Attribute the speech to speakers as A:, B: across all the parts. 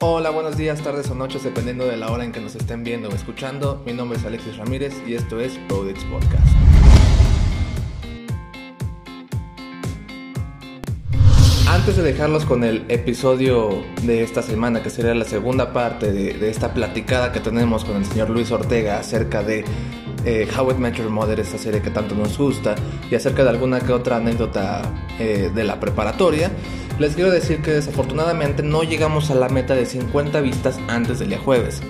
A: Hola, buenos días, tardes o noches, dependiendo de la hora en que nos estén viendo o escuchando. Mi nombre es Alexis Ramírez y esto es Prodex Podcast. Antes de dejarlos con el episodio de esta semana, que sería la segunda parte de, de esta platicada que tenemos con el señor Luis Ortega acerca de eh, How It Met Your Mother, esa serie que tanto nos gusta, y acerca de alguna que otra anécdota eh, de la preparatoria, les quiero decir que desafortunadamente no llegamos a la meta de 50 vistas antes del día jueves.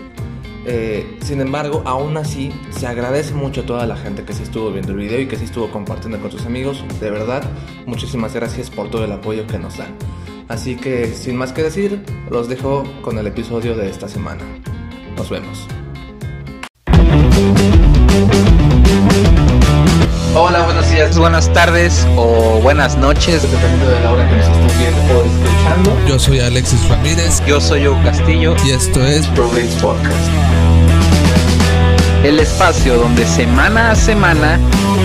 A: Eh, sin embargo, aún así, se agradece mucho a toda la gente que sí estuvo viendo el video y que sí estuvo compartiendo con sus amigos. De verdad, muchísimas gracias por todo el apoyo que nos dan. Así que, sin más que decir, los dejo con el episodio de esta semana. Nos vemos.
B: Hola, buenos días, buenas tardes o buenas noches.
A: Dependiendo de la hora que nos estén viendo o escuchando,
C: Yo soy Alexis Ramírez
B: Yo soy Hugo Castillo,
C: y esto es
A: Probates Podcast.
B: el espacio donde semana a semana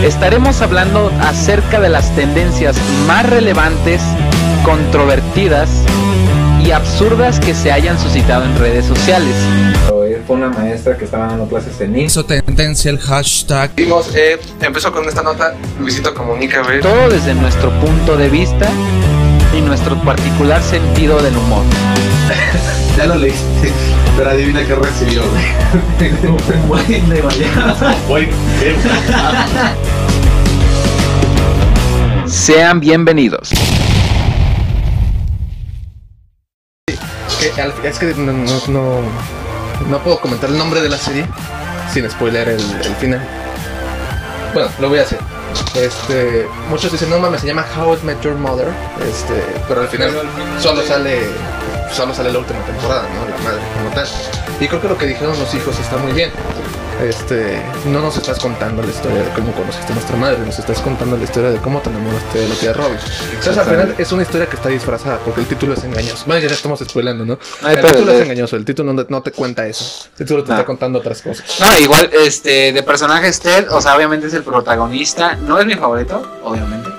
B: estaremos hablando acerca de las tendencias más relevantes, controvertidas y absurdas que se hayan suscitado en redes sociales.
D: fue una maestra que estaba dando clases en INSS.
C: Hizo tendencia el hashtag
E: Vimos, eh, empezó con esta nota, Luisito Comunica, güey.
B: Todo desde nuestro punto de vista y nuestro particular sentido del humor.
D: Ya lo leí, pero adivina qué recibió, güey.
B: Sean bienvenidos.
A: Que al- Es que no, no, no, no puedo comentar el nombre de la serie sin spoiler el, el final. Bueno, lo voy a hacer. Este, muchos dicen, no mames, se llama How It Met Your Mother. Este, pero al final solo sale solo sale la última temporada, ¿no? La madre como tal. Y creo que lo que dijeron los hijos está muy bien. Este, no nos estás contando la historia de cómo conociste a nuestra madre, nos estás contando la historia de cómo te enamoraste de la tía Robin. Entonces, al final es una historia que está disfrazada porque el título es engañoso. Bueno, ya la estamos spoilando, ¿no?
B: Ay,
A: el
B: pero eh,
A: título
B: le-
A: es engañoso, el título no, no te cuenta eso. El título te
B: Ah.
A: está contando otras cosas.
B: No, igual, este, de personaje Ted, o sea, obviamente es el protagonista. No es mi favorito, obviamente.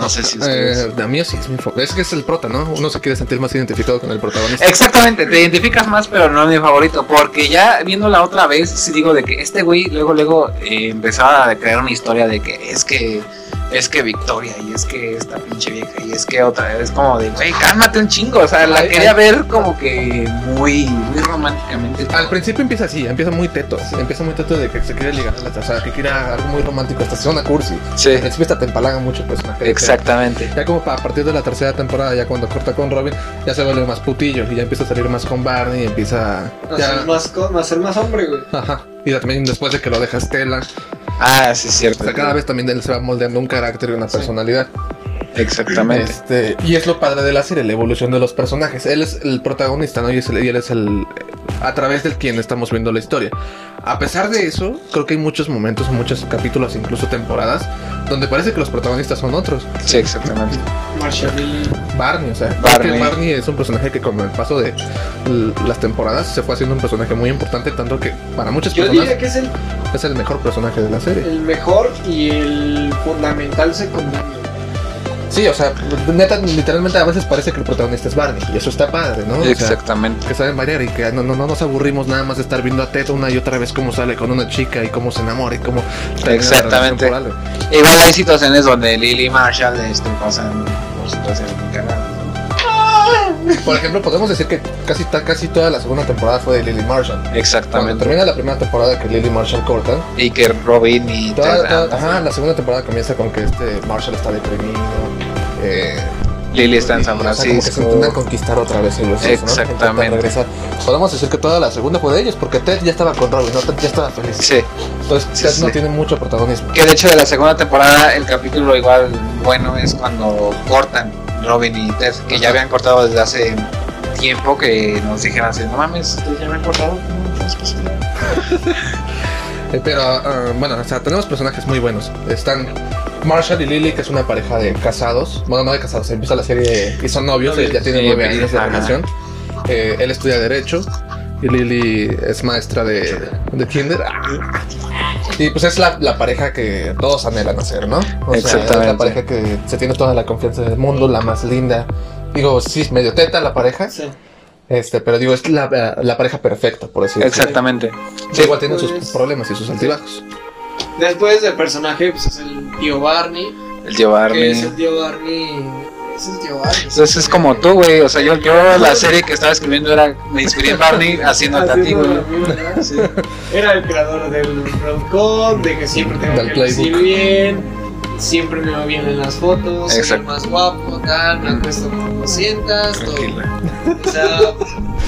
B: No sé si ustedes.
A: Eh, a mí sí es mi favor. Es que es el prota, ¿no? Uno se quiere sentir más identificado con el protagonista.
B: Exactamente, te identificas más, pero no es mi favorito. Porque ya viéndola otra vez, sí digo de que este güey luego, luego eh, empezaba a crear una historia de que es que. Es que Victoria, y es que esta pinche vieja, y es que otra. Es como de, güey, cálmate un chingo. O sea, la
A: Ay,
B: quería
A: ay.
B: ver como que muy, muy románticamente.
A: Al principio empieza así, empieza muy teto. Empieza muy teto de que se quiere ligar a la o sea, que quiere algo muy romántico, hasta se una cursi.
B: Sí,
A: Al principio hasta te empalaga mucho el personaje.
B: exactamente.
A: Ya como para a partir de la tercera temporada, ya cuando corta con Robin, ya se vuelve más putillo y ya empieza a salir más con Barney y empieza...
F: A
A: ya-
F: ser más, co- a ser más hombre, güey.
A: Ajá. Y también después de que lo deja Stella,
B: Ah, sí, es
A: o
B: cierto.
A: sea, cada vez también él se va moldeando un carácter y una personalidad.
B: Exactamente.
A: Este, y es lo padre de la serie, la evolución de los personajes. Él es el protagonista, ¿no? Y, es el- y él es el. A través del quien estamos viendo la historia. A pesar de eso, creo que hay muchos momentos, muchos capítulos, incluso temporadas, donde parece que los protagonistas son otros.
B: Sí, exactamente.
F: Marshall
A: Barney, o sea, creo
B: Barney.
A: que Barney es un personaje que con el paso de l- las temporadas se fue haciendo un personaje muy importante, tanto que para muchas
F: Yo
A: personas
F: diría que es el,
A: es el mejor personaje de la serie.
F: el mejor y el fundamental secundario.
A: Sí, o sea, neta, literalmente a veces parece que el protagonista es Barney, y eso está padre, ¿no? O sea,
B: Exactamente.
A: que saben variar y que no, no, no nos aburrimos nada más de estar viendo a Ted una y otra vez cómo sale con una chica y cómo se enamora y cómo termina la
B: Exactamente.
A: relación por algo.
B: Igual hay situaciones donde Lily y Marshall este, pasan por situaciones muy cagadas. ¿no?
A: Por ejemplo, podemos decir que casi, ta- casi toda la segunda temporada fue de Lily Marshall. Cuando
B: Exactamente.
A: termina la primera temporada que Lily Marshall corta,
B: Y que Robin y
A: toda-
B: Ted
A: toda-
B: andan.
A: ajá, la segunda temporada comienza con que este Marshall está deprimido. Eh,
B: Lily está en San
A: y, o sea, como que se
B: Francisco.
A: intentan conquistar otra vez el proceso, ¿no? Intentan
B: Exactamente.
A: regresar. Podemos decir que toda la segunda fue de ellos, porque Ted ya estaba con Robin, ¿no? Ted ya estaba feliz.
B: Sí.
A: Entonces
B: Sí,
A: Ted
B: sí.
A: no tiene mucho protagonismo.
B: Que de hecho de la segunda temporada el capítulo igual bueno es cuando cortan Robin y Ted, que ya habían cortado desde hace tiempo que nos dijeron así, no mames, ustedes ya me han cortado, ¿cómo es posible?
A: Eh, Pero ah, bueno, o sea, tenemos personajes muy buenos. Están Marshall y Lily, que es una pareja de casados. Bueno, no de casados, empieza la serie y son novios,
F: Novios,
A: ya tienen
B: sí,
A: nueve años de
B: ajá.
A: relación. Eh, él estudia Derecho y Lily es maestra de, de kinder. Ah. Y pues es la, la pareja que todos anhelan hacer, ¿no? O Sea, es
B: Exactamente.
A: la pareja que se tiene toda la confianza del mundo, la más linda. Digo, sí, medio teta la pareja.
F: Sí.
A: Este, pero digo, es la, la pareja perfecta, por así decirlo.
B: Exactamente.
A: Sí, igual tienen sus
F: Pues-
A: problemas y sus altibajos.
F: Después del personaje, pues es el tío Barney.
B: El tío
F: Que es el
B: Barney.
F: tío Barney. Es el tío Barney.
B: Entonces es como tú, güey. O sea, yo, yo la serie que estaba escribiendo era. Me inspiré en Barney
F: Ah,
B: haciéndote a ti,
F: Haciendo
B: güey.
F: lo mismo, ¿no? Sí. Era el creador del Roadcon, de que siempre tengo
A: Del
F: que
A: playbook.
F: lucir bien, siempre me va bien en las fotos, soy el
B: Exacto.
F: más guapo, tal, me acuesto con 200, todo. O sea,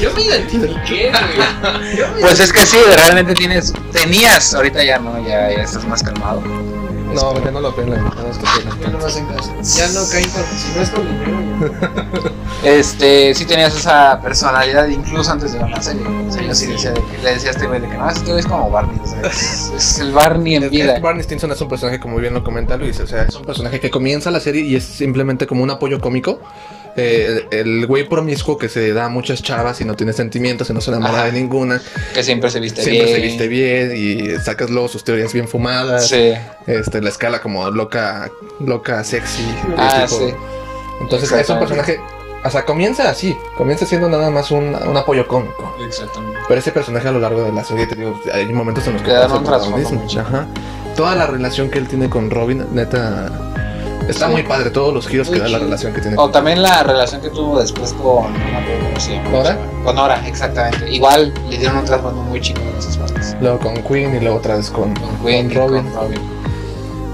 F: yo me identifiqué, güey. Yo me
B: Pues es que sí, realmente tienes. Tenías, ahorita ya no, ya, ya estás más calmado.
A: No,
B: Este,
A: ya no lo apelan. no es que apelan.
F: Ya no me hacen caso. Ya no caí con. Si no es con dinero,
B: Este, sí tenías esa personalidad incluso antes de ver la serie. O sea, yo sí
F: Sí.
B: decía de que, le decía a este güey de que no, este güey es como Barney. O sea, es, es el Barney en vida.
A: Barney Stinson es un personaje, como bien lo comenta Luis, o sea, es un personaje que comienza la serie y es simplemente como un apoyo cómico. Eh, el el güey promiscuo que se da a muchas chavas y no tiene sentimientos y no se enamora
B: Ajá.
A: de ninguna.
B: Que siempre se viste
A: Siempre
B: bien.
A: se viste bien y sacas luego sus teorías bien fumadas.
B: Sí.
A: Este, la escala como loca, loca, sexy. de
B: Ah,
A: tipo.
B: sí.
A: Entonces es un
B: Exactamente.
A: personaje, o sea, comienza así, comienza siendo nada más un, un apoyo cómico.
B: Exactamente.
A: Pero ese personaje a lo largo de la serie, te digo, hay momentos en los que
B: Le dan
A: pasa
B: un trasfondo
A: protagonismo.
B: mucho.
A: Ajá. Toda la relación que él tiene con Robin, neta, está
B: Sí.
A: muy padre. Todos los giros que
F: Muy
A: da la
F: chido.
A: relación que tiene.
B: O
A: con-
B: también la relación que tuvo después con. no me acuerdo cómo se llama.
A: ¿Nora?
B: Con Nora, exactamente. Igual le dieron un trasfondo muy chico en esas partes.
A: Luego con Queen y luego otra vez con,
B: Con
A: con
B: Gwen,
A: Robin.
B: Con Robin.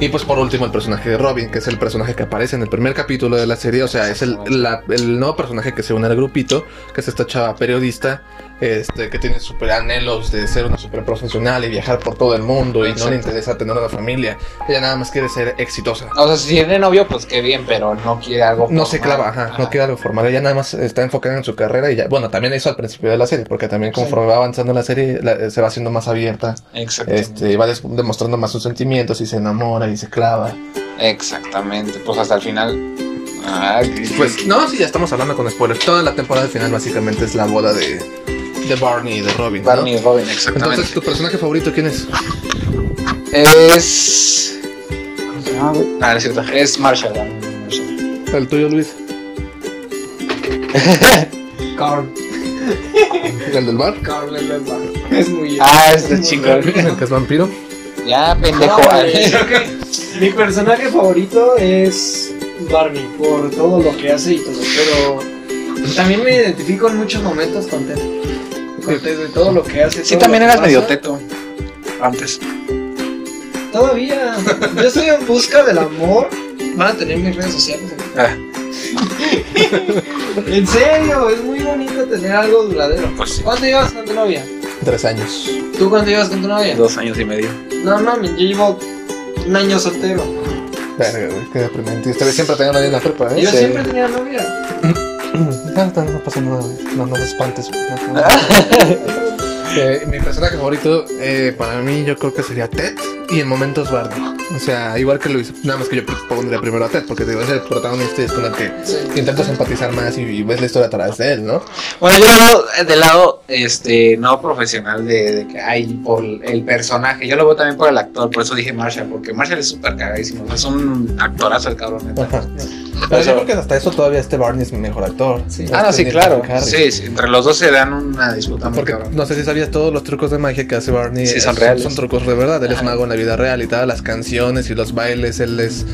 A: Y pues por último el personaje de Robin, que es el personaje que aparece en el primer capítulo de la serie. O sea, es el, la- el nuevo personaje que se une al grupito, que es esta chava periodista, este, que tiene super anhelos de ser una super profesional y viajar por todo el mundo y no
B: Exacto.
A: le interesa tener una familia. Ella nada más quiere ser exitosa.
B: O sea, si tiene novio, pues qué bien, pero no quiere algo.
A: No se
B: formal.
A: clava, ajá, no queda algo formal. Ella nada más está enfocada en su carrera y ya. Bueno, también eso al principio de la serie, porque también conforme va avanzando la serie, la- se va haciendo más abierta.
B: Exactamente.
A: Este, y va des- demostrando más sus sentimientos y se enamora y se clava.
B: Exactamente. Pues hasta el final. Ah,
A: Pues no, si ya estamos hablando con spoilers. Toda la temporada final básicamente es la boda de, de Barney y de Robin. ¿no?
B: Barney y Robin, exactamente.
A: Entonces, ¿tu personaje favorito quién es?
B: Es. ¿Cómo se llama, güey? Ah, no es cierto. Es Marshall. ¿no? Marshall.
A: El tuyo, Luis.
F: güey. Carl,
A: El del bar,
F: Carl es el Barney. Es muy.
B: Ah, este
F: muy
B: chico.
F: bueno.
A: el que es vampiro.
B: Ya,
F: No,
B: pendejo. Ah,
F: güey, ok. Mi personaje favorito es Barney por todo lo que hace y todo, pero también me identifico en muchos momentos con Ted. Con Ted, güey, todo lo que hace.
B: Ah, Sí,
F: todo
B: también
F: lo que
B: eras medio
F: pasa.
B: teto. Antes.
F: Todavía. Yo estoy en busca del amor. Van a tener mis redes sociales. güey.
B: Ah,
F: En serio, es muy bonito tener algo duradero.
B: pues sí.
F: ¿Cuándo llevas con tu novia?
A: Tres años.
F: ¿Tú cuándo llevas con tu novia?
B: Dos años y medio.
F: No mames, yo llevo un año soltero.
A: Verga, güey, qué deprimente. Ustedes siempre tenían nadie en la prepa, ¿eh?
F: Yo
B: Sí.
F: siempre tenía novia.
A: No, no, no pasa nada, güey. No, no te espantes. güey. No, no. Eh, mi personaje favorito eh, para mí yo creo que sería Ted y en momentos Barney. O sea, igual que Luis, nada más que yo pondría primero a Ted porque digo, es el protagonista y es con el que
F: Sí.
A: intentas empatizar más y, y ves la historia a través de él, ¿no?
B: Bueno, yo lo veo eh, del lado este, no profesional de, de que hay por el personaje. Yo lo veo también por el actor, por eso dije Marshall, porque Marshall es súper cagadísimo. o sea, Es un actorazo el cabrón. neta.
A: Ajá. Pero yo creo que hasta eso todavía este Barney es mi mejor actor.
B: Ah, no,
A: Este
B: sí,
A: Neil
B: claro.
A: Patrick Harris.
B: Sí, sí, entre los dos se dan una disputa muy
A: Porque
B: cabrón.
A: no sé si sabías todos los trucos de magia que hace Barney.
B: Sí,
A: eh,
B: son reales.
A: Son, trucos de verdad. Él es
B: Ajá.
A: mago en la vida real y todas las canciones y los bailes. Él es.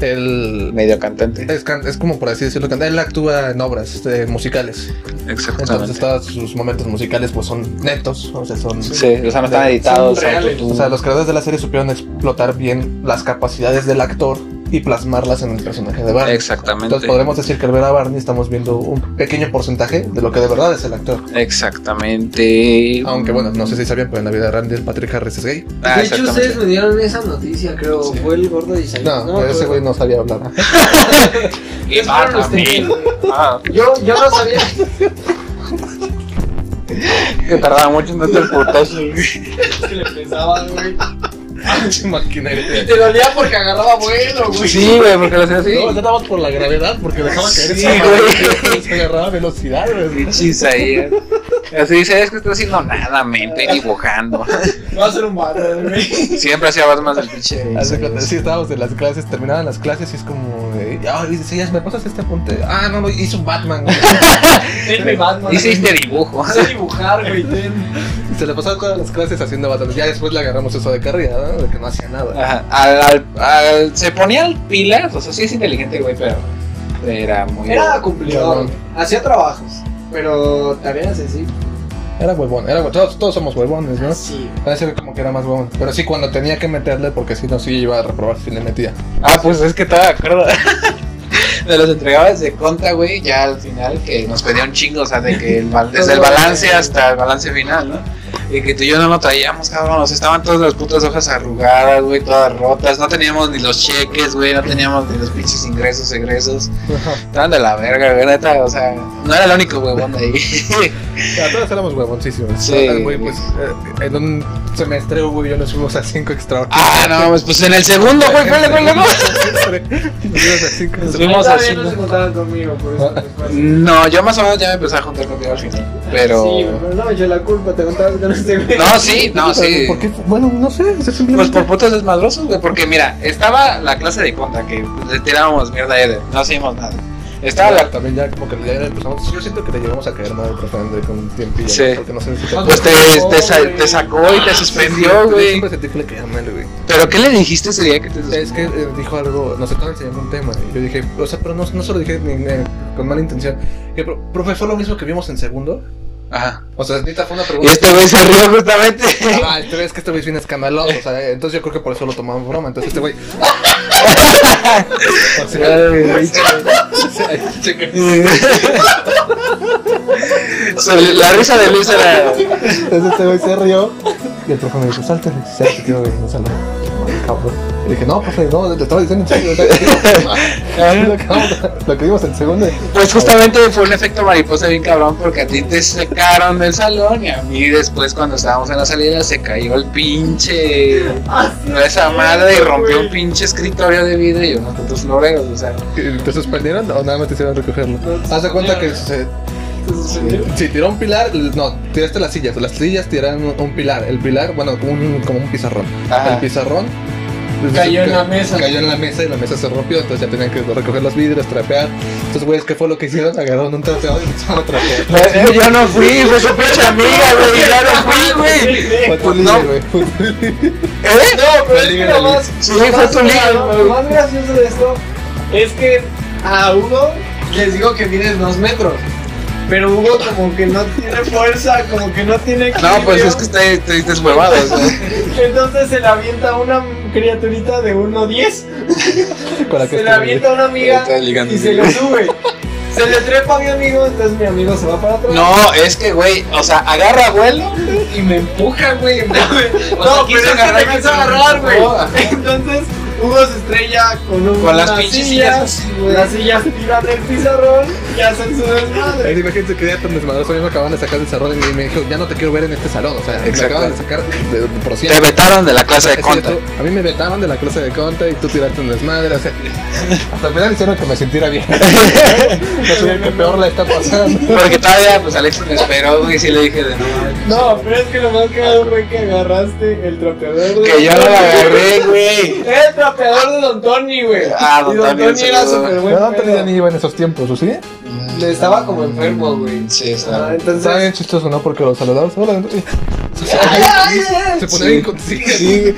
A: Él
B: Medio cantante.
A: Es, can- es como por así decirlo, can- él actúa en obras eh, musicales. Entonces
B: Exactamente.
A: todos sus momentos musicales pues son netos, o sea, son...
B: Sí, o sea, no están
A: Son
B: editados. son
F: reales.
B: autotune.
A: O sea, los creadores de la serie supieron explotar bien las capacidades del actor y plasmarlas en el personaje de Barney.
B: Exactamente.
A: Entonces podremos decir que al ver a Barney estamos viendo un pequeño porcentaje de lo que de verdad es el actor.
B: Exactamente.
A: Aunque bueno, no sé si sabían, pero en la vida de Randy Patrick Harris es gay.
B: Ah,
F: de hecho,
B: exactamente.
F: ustedes me dieron esa noticia, creo. Fue el gordo de Isaías.
A: No, pero ese güey no sabía hablar.
B: Y
F: Eso fueron
B: Marta,
F: ustedes,
B: mil.
F: güey.
B: Ah,
F: Yo, yo no sabía.
B: que tardaba mucho en darte el putazo.
F: que le pensaba, güey.
A: Maquinaria.
F: Y te dolía porque agarraba vuelo, güey.
B: Sí, güey, porque lo hacía así.
A: estábamos por la gravedad porque dejaba caer
B: Sí,
A: esa
B: güey.
A: madre, se agarraba velocidad, güey.
B: Pinches ahí. Así dice, es que estoy haciendo nada, mente, dibujando.
F: No va a ser un malo, güey.
B: Siempre hacía más del pinche.
A: Hace cuenta, sí, estábamos en las clases, terminaban las clases y es como, güey, güey. Ay, dice, ya me pasas este apunte. Ah, no, no, hizo Batman, güey.
F: Denme Batman.
B: Hice este dibujo.
F: Sé dibujar, güey. ten.
A: Se le pasaba todas las clases haciendo Batman. Ya después le agarramos eso de carrera, ¿no? De que no hacía nada.
B: Ajá, al- al- al- se ponía al pilas, o sea, sí es inteligente, güey, pero era muy.
F: Era cumplidor. Hacía trabajos. Pero también hace sí.
B: Ah.
A: Era huevón, era huevón. Todos, todos somos huevones, ¿no?
F: Sí.
A: Parece que como que era más huevón. Pero sí, cuando tenía que meterle, porque si no, sí iba a reprobar si le metía.
B: Ah, pues es que estaba de acuerdo. De los entregables de conta, güey, ya al final que nos pedía un chingo, o sea, de que el bal- desde el balance hasta el balance final, ¿no? Y que tú y yo no lo traíamos, cabrón, o sea, estaban todas las putas hojas arrugadas, güey, todas rotas, no teníamos ni los cheques, güey, no teníamos ni los pinches ingresos, egresos, estaban de la verga, güey, neta, o sea, no era el único huevón de ahí.
A: Ya, todos éramos huevoncísimos.
B: Sí.
A: Total, güey, pues, eh, en un semestre, Hugo y yo nos fuimos a cinco extraordinarios.
B: ah, no, pues, pues en el segundo, güey, fue fue luego.
A: Nos fuimos a cinco
B: Nos
A: extraordinarios.
B: fuimos
F: Todavía
B: así,
F: no se
B: ¿no?
F: juntaban conmigo, por eso. después.
B: No, yo más o menos ya me empecé a juntar contigo al final, pero...
F: Sí, pero no, yo la culpa, te contabas con este güey.
B: No, sí, no, sí.
A: pues, ¿Por qué? Bueno, no sé, o sea,
B: Pues
A: simplemente.
B: por putos desmadrosos, güey. Porque mira, estaba la clase de conta que le tirábamos mierda a Eder. No hacíamos nada. Estaba la.
A: también ya como que ya empezamos. Yo siento que te llevamos a caer mal profesor con un tiempillo.
B: Sí.
A: Porque no sé si te-
F: No,
B: Pues te, te sa- te sacó y te suspendió, güey.
A: Siempre sentí que le caía mal, güey.
B: Pero ¿qué le dijiste ese día que te suspendió?
A: Es que eh, dijo algo, nos estaban enseñando un tema. Y yo dije, o sea, pero no, no se lo dije ni- ni con mala intención. Que, "Pro- profe, fue lo mismo que vimos en segundo.
B: Ajá.
A: O sea, neta fue una
B: Y
A: pregunta.
B: este güey se rió justamente.
A: Ah, este güey es que este güey es bien escandaloso. O sea, entonces yo creo que por eso lo tomamos broma. Entonces este güey. O sea, este checa.
B: Se- la risa de Luis era.
A: Entonces este güey se rió. Y el profe me dijo, salte, salte, tío, güey, no salgo". Ay, cabrón. Y dije, no, profe, no, te estaba diciendo en serio. o sea, Lo que, lo que vimos en segundo.
B: Pues justamente fue un efecto mariposa bien cabrón porque a ti te secaron del salón y a mí después cuando estábamos en la salida se cayó el pinche esa madre y rompió un pinche escritorio de vidrio y unos putos floreos, o sea,
A: ¿Te suspendieron o nada más te hicieron recogerlo? Haz de cuenta que se- si tiró un pilar, no, tiraste las sillas. Las sillas tiraron un, un pilar. El pilar, bueno, como un, como un pizarrón.
B: Ajá.
A: El pizarrón.
F: Cayó en
A: ca-
F: la mesa.
A: Cayó en la mesa y la mesa se rompió. Entonces ya tenían que recoger los vidrios, trapear. Entonces, güey, ¿qué fue lo que hicieron? Agarraron un trapeador y empezaron a trapear.
B: Eh, yo no fui, fue su pinche amiga, güey, yo no fui, güey.
A: Fue tu
B: no.
A: líder, güey. Fue tu líder.
B: ¿Eh?
F: No, pero es
A: Liga
F: que
A: de
F: lo más,
B: Sí,
F: lo
B: fue
F: más
B: tu liga,
F: grave,
B: güey.
F: lo más gracioso de esto es que a Hugo les digo que mide dos metros. Pero Hugo como que no tiene fuerza, como que no tiene
B: No, pues
F: equilibrio,
B: es que está, está deshuevado, o sea.
F: Entonces se le avienta una criaturita de 1.10,
A: Con la que
F: se le
A: estuve.
F: avienta una amiga
B: Está ligando.
F: y se le sube. Se le trepa a mi amigo, entonces mi amigo se va para atrás.
B: No, es que güey, o sea, agarra vuelo
F: Y me empuja, güey. No,
B: sea,
F: pero
B: quiso
F: es que
B: agarrar
F: me
B: y
F: quiso
B: se
F: agarrar, güey.
B: No, ajá.
F: Entonces, Hugo se estrella con un.
B: con las
F: una
B: pinches
F: silla,
B: sillas así, güey.
F: Las sillas tiran del pizarrón y hacen su
A: Ahí
F: desmadre.
A: imagínense que ya tan desmadroso, a mí me acaban de sacar del salón y me dijo, ya no te quiero ver en este salón, o sea, me
B: Exacto.
A: acaban de sacar de, por
B: Te
A: siempre.
B: vetaron de la clase de
A: Así de
B: conta.
A: tú, A mí me vetaban de la clase de conta y tú tiraste un desmadre, o sea, hasta al final hicieron que me sintiera bien. No sé el que peor la está pasando.
B: Porque todavía, pues Alex me esperó, güey, y sí le dije de no.
F: No, pero es que lo más cagado fue que agarraste el trapeador de.
B: Que yo no la agarré, güey.
F: Era el trapeador de Don Tony, güey.
B: Ah, Don
F: y Don
B: Tony,
F: Tony,
B: un
F: era
B: saludo.
F: súper
A: No,
F: bueno.
A: Antonio ya ni iba en esos tiempos, ¿o sí?
B: Mm.
F: Estaba como enfermo, güey.
B: Sí, está.
F: Ah,
A: Estaba
F: entonces.
A: bien chistoso, ¿no? Porque los saludabas, hola, Antonio.
F: Ay, ay, ay.
A: Se ponía bien con sí, sí.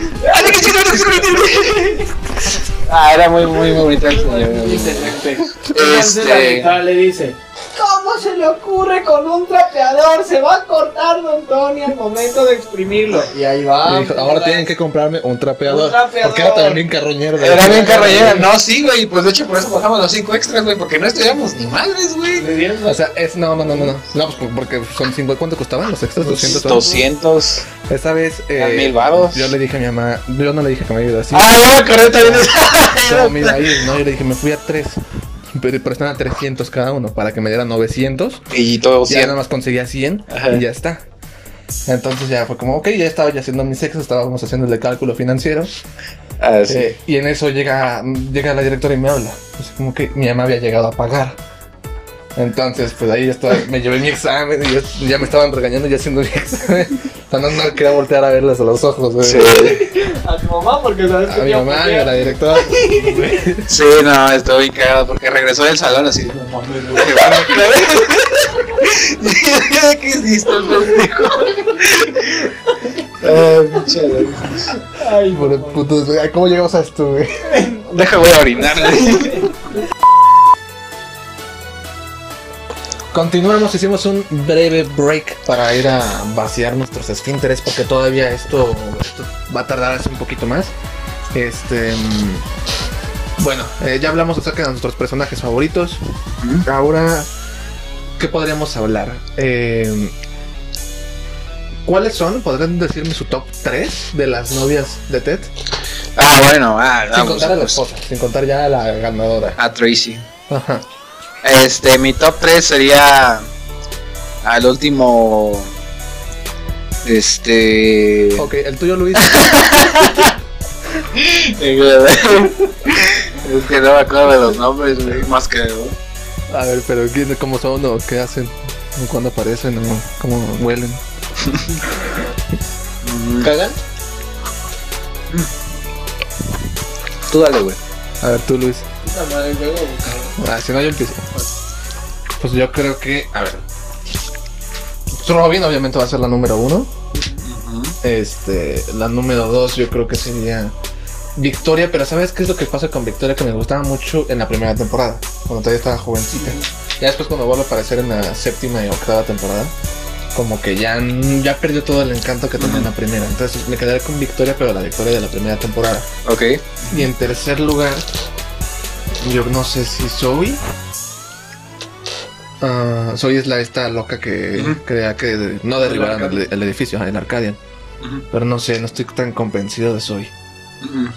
B: Ah, era muy, muy bonito el señor.
F: Entonces la
B: Este.
F: mitad le dice, ¿cómo se le ocurre con un trapeador? Se va a cortar Don Tony al momento de exprimirlo. Y ahí va. pues,
A: Y dijo, ahora tienen que comprarme un trapeador.
F: Un trapeador.
A: Porque era también bien carroñero. de-
B: Era bien carrollera. No, sí, güey. Pues de hecho, por eso bajamos los cinco extras, güey. Porque no estudiamos ni madres, güey.
F: Le dieron
A: O sea, es, no, no, no, no, no, no, pues por- porque son 50, ¿cuánto costaban los extras? 200. ¿no?
B: 200.
A: Esa vez, eh,
B: A mil varos.
A: yo le dije a mi mamá, yo no le dije que me ayudara así,
B: Ah, ya me acordé también. de esa-
A: no, me iba a ir, ¿no? Yo le dije, me fui a tres, pero, pero están a 300 cada uno, para que me dieran 900,
B: Y todo
A: ya
B: 100.
A: nada más conseguía 100
B: Ajá.
A: y ya está. Entonces ya fue como, ok, ya estaba ya haciendo mis extras, estábamos haciendo el de cálculo financiero,
B: Ah, sí.
A: eh, y en eso llega, llega la directora y me habla, así como que mi mamá había llegado a pagar. Entonces, pues ahí ya estaba, me llevé mi examen y ya, ya me estaban regañando ya haciendo mi examen. sea, no, no quería voltear a verles a los ojos, güey.
F: A tu mamá, porque sabes que
A: A mi
F: te iba
A: mamá y
F: putear.
A: a la directora.
B: Sí, no, estoy bien cagado porque regresó del salón así. No mames, güey. ¿Qué hiciste, pendejo? Ay, Eh, pinche, güey.
F: Ay,
A: Por el
F: mamá.
A: puto- Ay, ¿Cómo llegamos a esto, güey?
B: Deja, voy a orinar. güey.
A: Continuamos, hicimos un breve break para ir a vaciar nuestros esfínteres porque todavía esto, esto va a tardarse un poquito más. Este. mm, Bueno, eh, ya hablamos acerca de nuestros personajes favoritos.
B: Ujú.
A: Ahora, ¿qué podríamos hablar? Eh, ¿Cuáles son? ¿Podrían decirme su top 3 de las novias de Ted?
B: Ah, bueno, ah,
A: sin
B: vamos,
A: contar a la
B: pues,
A: esposa, sin contar ya a la ganadora.
B: a Tracy.
A: Ajá.
B: Este, mi top 3 sería al último. Este.
A: Ok, el tuyo, Luis.
B: es que no me acuerdo de los nombres, güey, más que.
A: A ver, pero ¿quién- ¿cómo son o qué hacen? ¿O ¿Cuándo aparecen o cómo huelen?
B: Mm,
A: ¿Cagan?
B: Tú dale, güey.
A: A ver, tú, Luis.
F: Puta madre, luego,
A: Ah, si no, yo empiezo. Pues yo creo que. A ver. Robin, obviamente, va a ser la número uno. Este, la número dos yo creo que sería Victoria, pero ¿sabes qué es lo que pasa con Victoria? Que me gustaba mucho en la primera temporada, cuando todavía estaba jovencita. Ya después cuando vuelve a aparecer en la séptima y octava temporada, como que ya, n- ya perdió todo el encanto que tenía en la primera. Entonces me quedaré con Victoria, pero la Victoria de la primera temporada.
B: Ok.
A: Y en tercer lugar, yo no sé si Zoe. Ah, Zoe es la esta loca que
B: Ujú.
A: crea que de- no derribaran el, el edificio, ajá, en Arcadian.
B: Ujú.
A: Pero no sé, no estoy tan convencido de Zoe.
B: Ujú.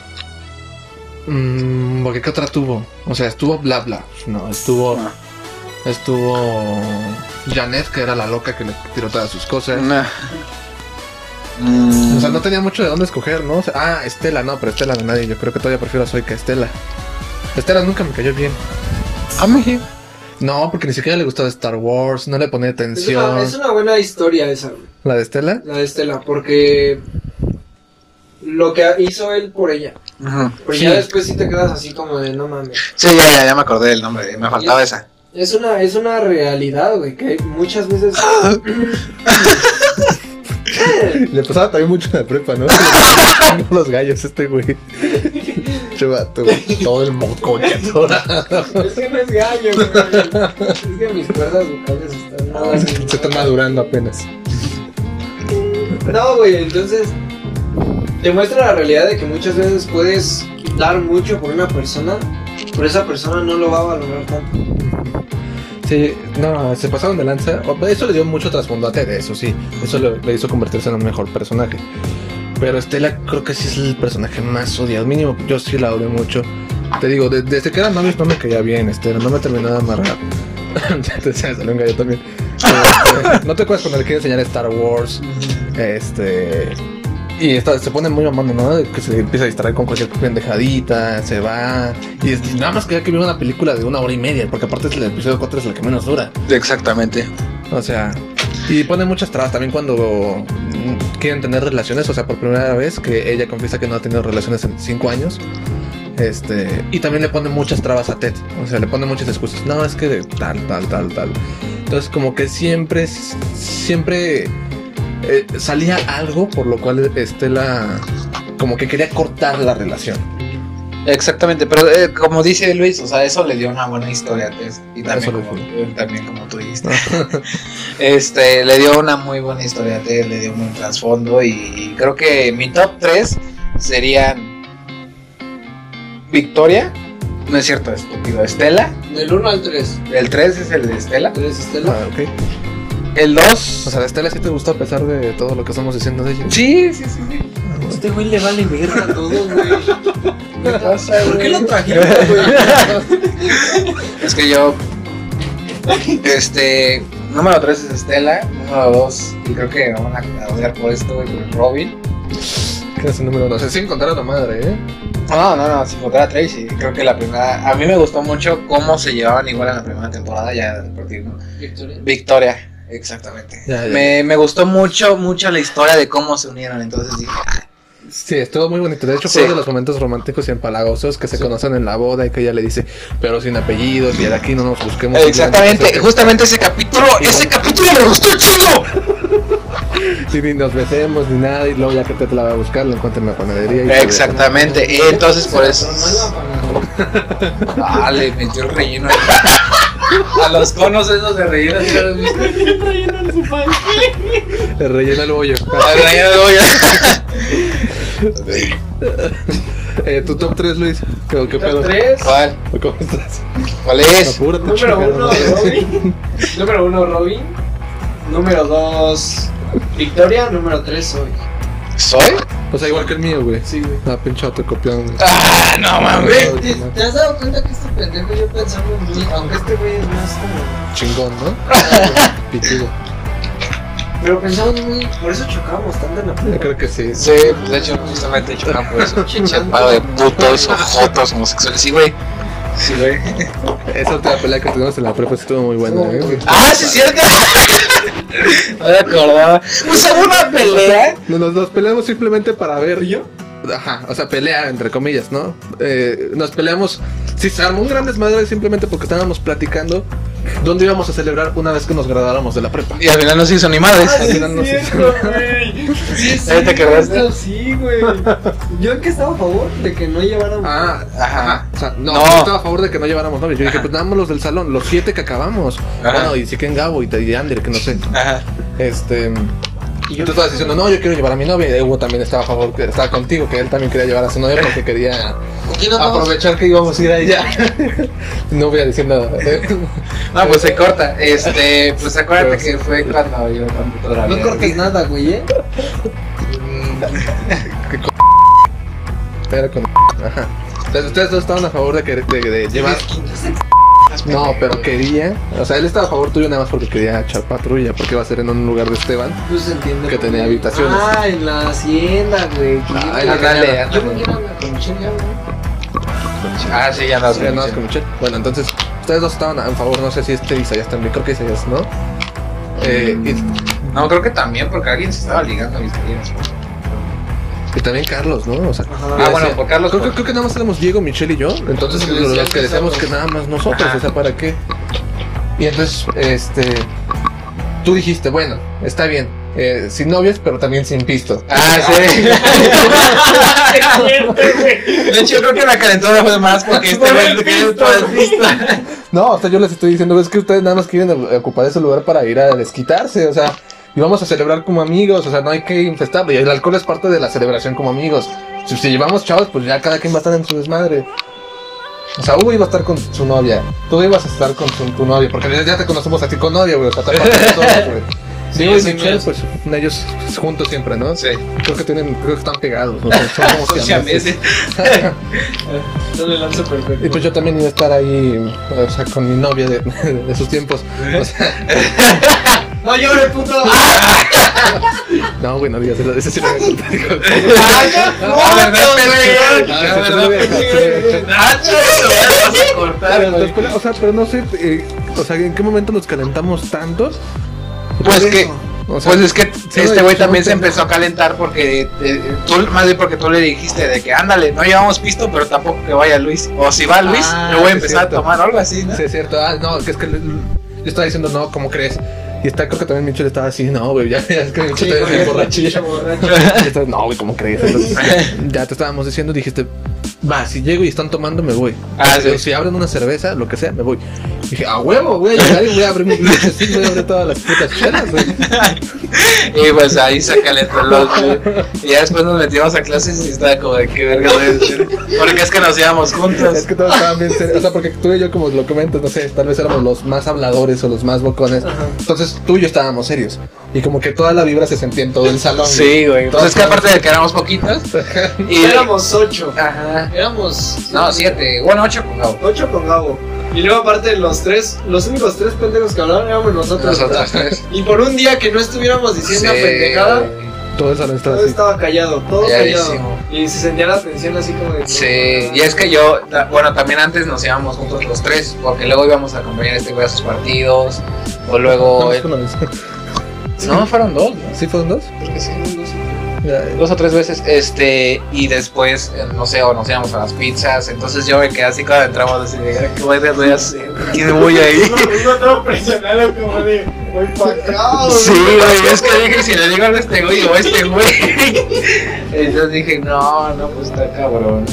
A: Mm, porque qué otra tuvo? O sea, estuvo bla bla. No, estuvo.
B: Ah.
A: Estuvo. Janet, que era la loca que le tiró todas sus cosas.
B: Una- Mm,
A: O sea, no tenía mucho de dónde escoger, ¿no? O sea, ah, Estela, no, pero Estela de nadie. Yo creo que todavía prefiero a Zoe que a Estela. Estela nunca me cayó bien.
B: Ah, me dije,
A: No, porque ni siquiera le gustaba Star Wars, no le ponía
F: Es
A: atención.
F: una, es una buena historia esa, güey,
A: ¿La de Estela?
F: la de Estela, porque lo que hizo él por ella.
B: Ujú.
F: Pero
A: Sí.
F: ya después sí te quedas así como de no mames.
B: Sí, ya, ya, ya me acordé del nombre, me faltaba esa.
F: Es una, es una realidad, güey, que muchas veces.
A: Le pasaba también mucho en la prepa, ¿no? Tengo los gallos este güey. Che vato, todo el moco que atora.
F: es que no es gallo, güey. Es que mis cuerdas vocales están nada
A: Se está madurando apenas.
F: No, güey, entonces te muestra la realidad de que muchas veces puedes dar mucho por una persona, pero esa persona no lo va a valorar tanto.
A: Sí, no, se pasaron de lanza. O- pues, Eso le dio mucho trasfondo a Ted, eso sí. Eso lo- le hizo convertirse en un mejor personaje. Pero Estela creo que sí es el personaje más odiado. Mínimo, yo sí la odio mucho. Te digo, de- desde que eran novios no me caía bien, Estela. No me terminaba de amarrar. Entonces, se me salió un gallo también. Este, no te acuerdas cuando le quiere enseñar Star Wars. Este. Y esta- se pone muy mamando, ¿no? De Que se empieza a distraer con cualquier pendejadita, se va. Y es- y nada más quería que viera una película de una hora y media, porque aparte es el episodio 4 es el que menos dura.
B: Exactamente.
A: O sea, y pone muchas trabas también cuando mm, quieren tener relaciones, o sea, por primera vez que ella confiesa que no ha tenido relaciones en cinco años. Este, y también le pone muchas trabas a Ted, o sea, le pone muchas excusas. No, es que de tal, tal, tal, tal. Entonces, como que siempre, siempre eh, salía algo por lo cual Estela como que quería cortar la relación.
B: Exactamente, pero eh, como dice Luis, o sea, eso le dio una buena historia a Tess. Y
A: Eso
B: también,
A: le
B: como, también como tú dijiste. este, le dio una muy buena historia a Tess, le dio un buen trasfondo. Y, y creo que mi top 3 serían Victoria, no es cierto, estúpido, Estela.
F: Del 1 al 3,
B: El 3 es el de Estela.
F: 3 Estela.
A: Ah, ok.
B: El 2.
A: O sea, Estela sí te gusta a pesar de todo lo que estamos diciendo de ella. Ah,
B: sí, sí, sí, sí.
F: Este güey le vale verga a todos, güey.
B: ¿Qué pasa,
F: ¿Por qué
B: güey?
F: lo trajimos, güey?
B: Es que yo. Este. Número 3 es Estela. Número 2. Y creo que me van a odiar por esto, güey. pero Robin.
A: ¿Qué es el número uno? O sea, sin contar a la madre, ¿eh?
B: No, no, no. Si encontrara a Tracy. Creo que la primera. A mí me gustó mucho cómo se llevaban igual en la primera temporada. Ya a partir, ¿no?
F: Victoria.
B: Victoria. Exactamente.
A: Ya, ya.
B: Me, me gustó mucho, mucho la historia de cómo se unieron. Entonces dije, ah,
A: Sí, estuvo muy bonito. De hecho,
B: Sí.
A: fue uno de los momentos románticos y empalagosos que se conocen en la boda y que ella le dice, pero sin apellidos y de aquí no nos busquemos.
B: exactamente, justamente ese capítulo, ese capítulo me gustó un chingo.
A: Y ni nos besemos ni nada. Y luego ya que te la va a buscar, la encuentra en la panadería. y-
B: Exactamente, y entonces por eso. Ah, le metió el relleno a los conos esos de relleno. ¿sí los viste?
A: Le rellena el bollo.
B: Al relleno de olla.
A: Eh, tu top 3, Luis. ¿Qué, qué pedo?
F: Tres.
B: ¿Cuál?
A: ¿Cómo estás?
B: ¿Cuál es?
A: Apúrate,
F: Número
A: chingada
F: uno,
A: madre.
F: Robin. Número uno, Robin. Número dos, Victoria. Número tres, Soy.
B: ¿Soy?
A: O sea, igual que el mío, güey.
F: Sí, güey.
A: Ah, pinche copión.
B: Ah, no mames.
A: Güey, ¿te- te
F: has dado cuenta que este pendejo yo pensando en mí? Aunque este güey es más como.
B: Ah.
A: Chingón, ¿no? Pitudo.
F: Pero pensamos muy. Por eso chocamos tanto en la
A: Yo
F: puta.
A: creo que sí.
B: Sí, pues de hecho, justamente chocan por eso. Pinche paro de putos, ojotos, homosexuales. Sí, güey. Sí, güey.
A: Esa última pelea que tuvimos en la prepa estuvo muy buena, ¿eh? güey.
B: Ah, sí, es cierto. No me acordaba. O sea, hubo una pelea.
A: Nos, nos- nos peleamos simplemente para ver. ¿Yo? Ajá, o sea, pelea entre comillas, ¿no? Eh, nos peleamos. Sí, se armó un gran desmadre simplemente porque estábamos platicando dónde íbamos a celebrar una vez que nos graduáramos de la prepa.
B: Y al final no se hizo ni
F: Ah,
B: madres.
A: sí, es cierto,
F: güey. Sí, sí.
B: ¿Ahí te acordaste?
F: esto Sí, güey. Yo que estaba a favor de que no lleváramos.
A: Ah, ajá. O sea, no,
B: No.
A: yo estaba a favor de que no lleváramos novios. Yo dije, pues nada más los del salón, los siete que acabamos.
B: Ajá.
A: Bueno, y sí que en Gabo y, y Ander, que no sé.
B: Ajá.
A: Este. Y tú estabas diciendo, no, yo quiero llevar a mi novia. Y Hugo también estaba a favor, que estaba contigo, que él también quería llevar a su novia porque quería aprovechar que íbamos a ir allá. no voy a decir nada. eh.
B: No, pues se corta. Este, pues acuérdate que fue cuando yo computadora.
F: No cortes nada, güey, ¿eh?
A: Pero con. Ajá. Entonces, ustedes dos estaban a favor de, que, de, de llevar. No, pero quería. O sea, él estaba a favor tuyo nada más porque quería echar patrulla, porque iba a ser en un lugar de Esteban.
F: Pues se entiende.
A: Que tenía habitaciones.
F: Ah, en la hacienda, güey. que
A: Ah,
F: yo-
A: en la
B: Ándale,
A: cañada.
F: Yo
B: ándale.
F: me quiero hablar con Michelle, ya, güey.
B: Ah, sí, ya no.
A: Sí, nada más con Michelle. Bueno, entonces, ustedes dos estaban a en favor, no sé si este Isaías también, creo que Isaías, ¿no? Eh, y,
B: No, creo que también porque alguien se estaba ligando a mis clientes.
A: y también Carlos, ¿no? O sea, yo
F: Ajá.
B: Ah, bueno, por Carlos.
A: Creo, que-
B: por-
A: creo que nada más éramos Diego, Michelle y yo. Entonces,
F: Sí,
A: los,
F: sí,
A: los que
F: sí,
A: decíamos
F: sí.
A: que nada más nosotros,
B: Ajá.
A: o sea, ¿para qué? Y entonces, este. Tú dijiste, bueno, está bien, eh, sin novias, pero también sin pisto.
B: Ah, sí. De hecho, creo que la calentona fue más porque este güey lo tiene todo el pisto.
A: No, o sea, yo les estoy diciendo, es que ustedes nada más quieren ocupar ese lugar para ir a desquitarse, o sea, y vamos a celebrar como amigos, o sea, no hay que infestar, y el alcohol es parte de la celebración como amigos. Si, si llevamos chavos, pues ya cada quien va a estar en su desmadre. O sea, Hugo iba a estar con su novia, tú ibas a estar con su- tu novia, porque ya te conocemos a ti con novia, güey, o sea, te aparte todos, güey. Diego y
B: sí,
A: Michelle,
B: no.
A: pues ellos juntos siempre, ¿no?
B: Sí.
A: Creo que tienen, creo que están pegados, ¿no? Son como
B: Son
A: siameses.
B: siameses.
F: Yo le lanzo perfecto.
A: Y pues yo también iba a estar ahí, o sea, con mi novia de, de sus tiempos. O sea,
F: No llores, puto.
A: No, güey, no digas eso. Ese sí lo voy a contar. hijo.
B: Ah, ¿verdad, güey?
A: No,
B: Ah,
A: ese sí lo voy a contar, sí lo voy a contar.
B: ¿verdad? Ah, chido, güey, vas a cortar,
A: Pero
B: güey.
A: después, O sea, pero no sé, eh, o sea, ¿en qué momento nos calentamos tanto?
B: Pues que,
A: O sea,
B: pues es que
A: oye,
B: este güey
A: pues,
B: también
A: no
B: se
A: tengo-
B: empezó a calentar porque eh, tú, más bien porque tú le dijiste de que ándale, no llevamos pisto, pero tampoco que vaya Luis. O si va Luis,
A: Ah,
B: yo voy a
A: sí,
B: empezar a
A: cierto.
B: tomar o algo así, ¿no?
A: Sí, es cierto. Ah, no, que es que le- yo estaba diciendo, no, ¿cómo crees? Y está, creo que también Michelle estaba así, no, güey, ya, ya, es que Michelle también se emborrachilla. Y estaba, no, güey, ¿cómo crees? Entonces, ya te estábamos diciendo, dijiste, va, si llego y están tomando, me voy.
B: Ah,
A: Pero
B: sí.
A: Si abren una cerveza, lo que sea, me voy. dije, a huevo, voy a llegar y voy a abrir mi pinche sí, voy a abrir todas las putas chelas, güey.
B: Y pues ahí se calentó el otro. Y ya después nos metimos a clases y estaba como de qué verga voy a decir?" Porque es que nos íbamos
A: Es
B: juntos.
A: que todos estaban bien serios. O sea, porque tú y yo, como lo comentas, no sé, tal vez éramos los más habladores o los más bocones. Entonces tú y yo estábamos serios. Y como que toda la vibra se sentía en todo el salón.
B: Sí, güey.
A: Todos
B: Entonces que aparte de que éramos poquitos. Y
F: Éramos ocho.
B: Ajá.
F: Éramos.
B: No, siete. Bueno, ocho pues, con Gabo.
F: Ocho con Gabo. Y luego, aparte de los tres, los únicos tres pendejos que hablaron éramos nosotros.
B: Nosotros tres.
F: Y por un día que no estuviéramos diciendo
B: Sí,
F: pendejada,
B: güey.
A: Todo el salón estaba
F: Todo
A: así.
F: estaba callado, todo
B: Calladísimo.
F: callado. Y se sentía la tensión así como de.
B: Sí, y es que yo, ta- bueno, también antes nos íbamos juntos los tres, porque luego íbamos a acompañar a este güey a sus partidos, o luego...
A: No,
B: él-
A: fue una vez.
B: No, fueron dos, ¿no?
A: ¿Sí fueron dos?
B: Creo que sí, dos.
A: Ya,
B: dos o tres veces, este, y después, eh, no sé, o nos íbamos a las pizzas, entonces yo me quedé así cuando entramos, así de, ¿qué voy a hacer? ¿Quién voy ahí?
F: Iba todo presionado como de. Voy pa' acá.
B: Sí, güey, es que dije, si le digo a este güey o a este güey, entonces dije, no, no, pues está cabrón.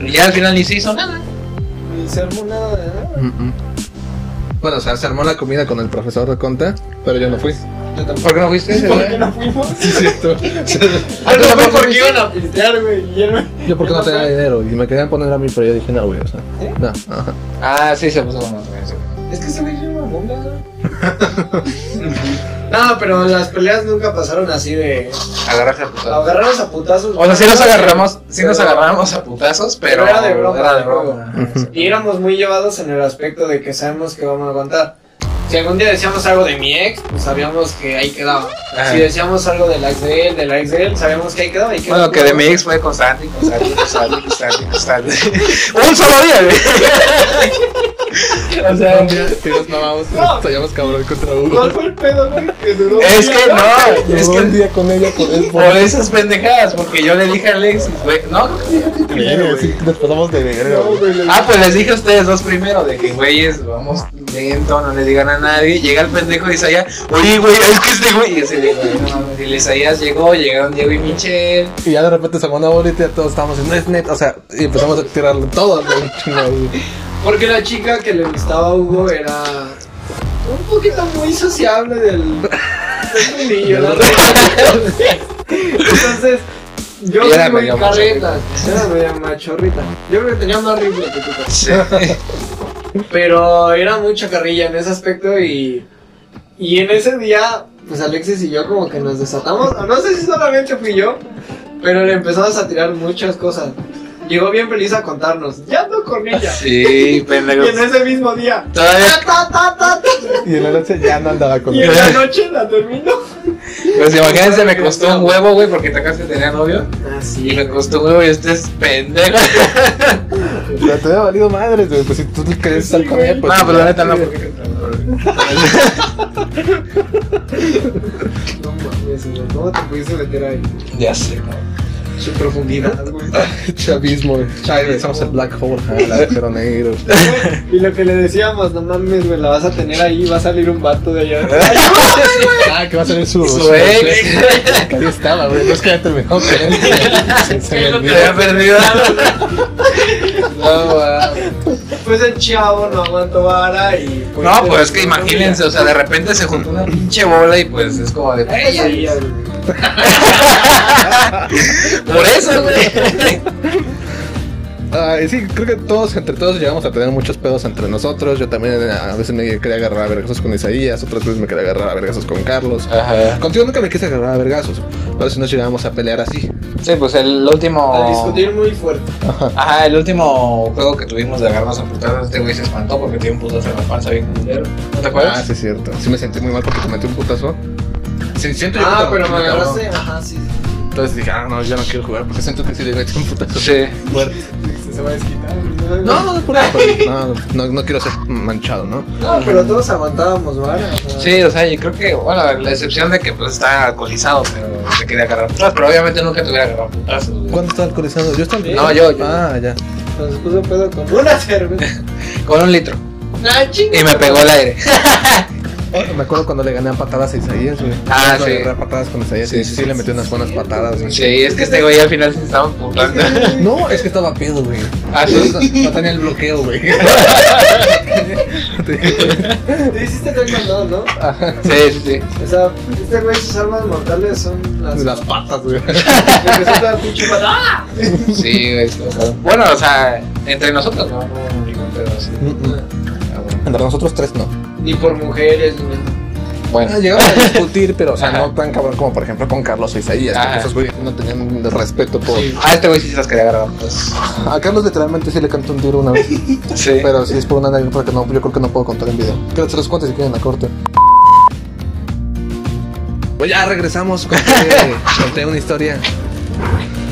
B: Y ya al final ni se hizo nada.
F: Ni se armó nada, ¿verdad?
A: Mm, mm. Bueno, o sea, se armó la comida con el profesor de Conta, pero yo no fui.
F: Yo tampoco.
B: ¿Por qué no fuiste? ese
F: ¿Por
B: día?
F: qué no fuimos?
A: Sí, cierto.
B: Ah, ¿tú tampoco fuiste?
F: Literal, güey. y él me-
A: Yo porque no tenía dinero y me querían poner a mí, pero yo dije, no, güey, o sea,
F: ¿Eh?
A: no, ajá.
B: Ah, sí, se puso con nosotros.
F: Es que ese güey era una bomba, ¿no? No, pero las peleas nunca pasaron así de.
B: Agarrarse a putazos.
F: Agarrarnos a putazos.
B: O sea, sí nos agarramos, sí
F: Pero-
B: nos agarramos a putazos, pero,
F: Pero era de broma.
B: Era de broma.
F: Y éramos muy llevados en el aspecto de que sabemos que vamos a aguantar. Si algún día decíamos algo de mi ex, pues sabíamos que ahí quedaba.
B: Ajá.
F: Si decíamos algo del ex de él, del ex de él, sabíamos que ahí quedaba. y que-
B: Bueno, que de mi ex fue constante, constante, constante, constante, constante. Un solo día, güey. O sea,
A: Si nos mamamos,
F: No.
A: estaríamos cabrón contra
F: ¿Cuál
A: uno.
F: fue el pedo, güey? Que duró.
B: es que no, es
A: Llevó un
B: que
A: día con ella por eso.
B: por esas pendejadas, porque yo le dije a Alexis, güey, no, creo que le dije a ti primero, güey.
A: Nos pasamos de verga, güey.
B: Ah, pues les dije a ustedes dos primero, de que güeyes, vamos lento, no le digan a nadie. Llega el pendejo de Isaías, oye, güey, es que este güey. Y así de, güey, no mames. Y el Isaías llegó, llegaron Diego y Michelle.
A: Y ya de repente se mandó bolita y ya todos estábamos en no es net, o sea, y empezamos a tirarle todo de un chingo ahí.
F: Porque la chica que le gustaba a Hugo era un poquito muy sociable del, del niño, la verdad. Entonces, yo
B: Ella era
F: fui muy
B: medio
F: carreta, era media machorrita. Yo creo que tenía más rifle que tú.
B: Sí.
F: Pero era mucha carrilla en ese aspecto y, y en ese día, pues Alexis y yo como que nos desatamos. o No sé si solamente fui yo, pero le empezamos a tirar muchas cosas. Llegó bien feliz a contarnos, ya ando con ella.
B: Sí, pendejo.
F: Y en ese mismo día.
B: Todavía
F: ta, ta, ta, ta, ta,
A: Y en la noche ya no andaba con
F: y
A: él.
F: en la noche la termino.
B: Pues imagínense, me costó un huevo, güey, porque te acabas de tener novio. Y
F: Así.
B: me costó un huevo y este es pendejo.
A: Pero te hubiera valido madres, güey. Pues si tú querías estar con él, pues.
B: no, pero la
A: ya.
B: neta no. porque-
F: No mames, güey, ¿cómo te pudiste meter ahí?
B: Ya sé, güey.
F: Su profundidad, güey.
A: Chavismo, güey. Empezamos el black hole, ah, la agujero negro.
F: Y lo que le decíamos, no mames, güey, la vas a tener ahí, va a salir un vato de allá.
A: Ah, que va a salir su.
B: Su
A: su-
B: ex.
A: Que ahí estaba, güey. No es que haya terminado con él. Se- Se me
B: Te
A: olvidó.
B: había perdido. No, güey.
F: Pues el chavo no aguantó vara y.
B: No, pues es que imagínense, o sea, de repente se juntó una pinche bola y pues es como de.
F: Ella,
B: "Ey,
F: ella, güey.
B: Por eso, güey.
A: Ay, Ah, sí, creo que todos, entre todos, llegamos a tener muchos pedos entre nosotros. Yo también eh, a veces me quería agarrar a vergazos con Isaías, otras veces me quería agarrar a vergazos con Carlos. Ah,
B: Ajá.
A: Contigo nunca me quise agarrar a vergazos, pero si nos llegábamos a pelear así.
B: Sí, pues el
F: A
B: último.
F: discutir muy fuerte.
B: Ajá, el último juego que tuvimos de agarrarnos a putazos, este güey se espantó porque tiene un putazo en la panza bien culero. ¿No te
A: Ah,
B: acuerdas?
A: sí, es cierto. Sí me sentí muy mal porque te metí un putazo. Sí, siento yo
F: Ah,
A: que te
F: pero
A: metí
F: me
A: un cabrón.
F: agarraste. Ajá, sí. sí.
A: Entonces dije, ah, no, yo no quiero jugar porque siento que sí le metí un putazo.
B: Sí.
F: Se va a desquitar.
A: No, no, no, por eso. No, no, no quiero ser manchado, ¿no?
F: No, pero todos aguantábamos vara. o sea.
B: Sí, o sea, yo creo que, bueno, la excepción de que pues está alcoholizado, pero se quería agarrar putazos, pero obviamente nunca te hubiera agarrado putazos. güey.
A: ¿Cuándo estaba alcoholizado? Yo estaba.
B: No, yo, yo.
A: Ah, ya.
F: Nos puso pedo con una cerveza.
B: Con un litro.
F: ¡Ah, chinga!
B: Y me pegó el aire.
A: Me acuerdo cuando le gané a patadas a Isaías, güey.
B: Ah,
A: Cuando
B: sí.
A: Le agarré a patadas con Isaías. Sí, sí, sí, le metí unas buenas patadas, güey.
B: Sí, es que este güey al final se estaba putando.
A: No, es que estaba pedo, güey.
B: Ah, sí.
A: No tenía el bloqueo, güey.
F: Te hiciste taekwondo, ¿no?
B: Sí, sí, sí.
F: O sea, este güey sus armas mortales son las...
A: Las patas, güey.
F: Lo que suelta la pinche pata. ¡Ah!
B: Sí, güey. o sea, Bueno, o sea, entre nosotros no, no, ningún pedo así.
A: Mm,
B: Ah, bueno.
A: Entre nosotros tres no.
F: Ni por mujeres, ni nada.
A: Ah,
B: Bueno,
A: llegamos a discutir, pero o sea,
B: Ajá.
A: no tan cabrón como por ejemplo con Carlos o Isaías.
B: Ajá.
A: Porque esos güeyes no tenían respeto por.
B: a este güey sí se las quería agarrar. Pues.
A: A Carlos literalmente sí le canté un tiro una vez.
B: Sí.
A: pero sí es por una anécdota que no, yo creo que no puedo contar en video. Que se los cuente si quieren en la corte. Pues ya regresamos. Conté, conté este, una historia.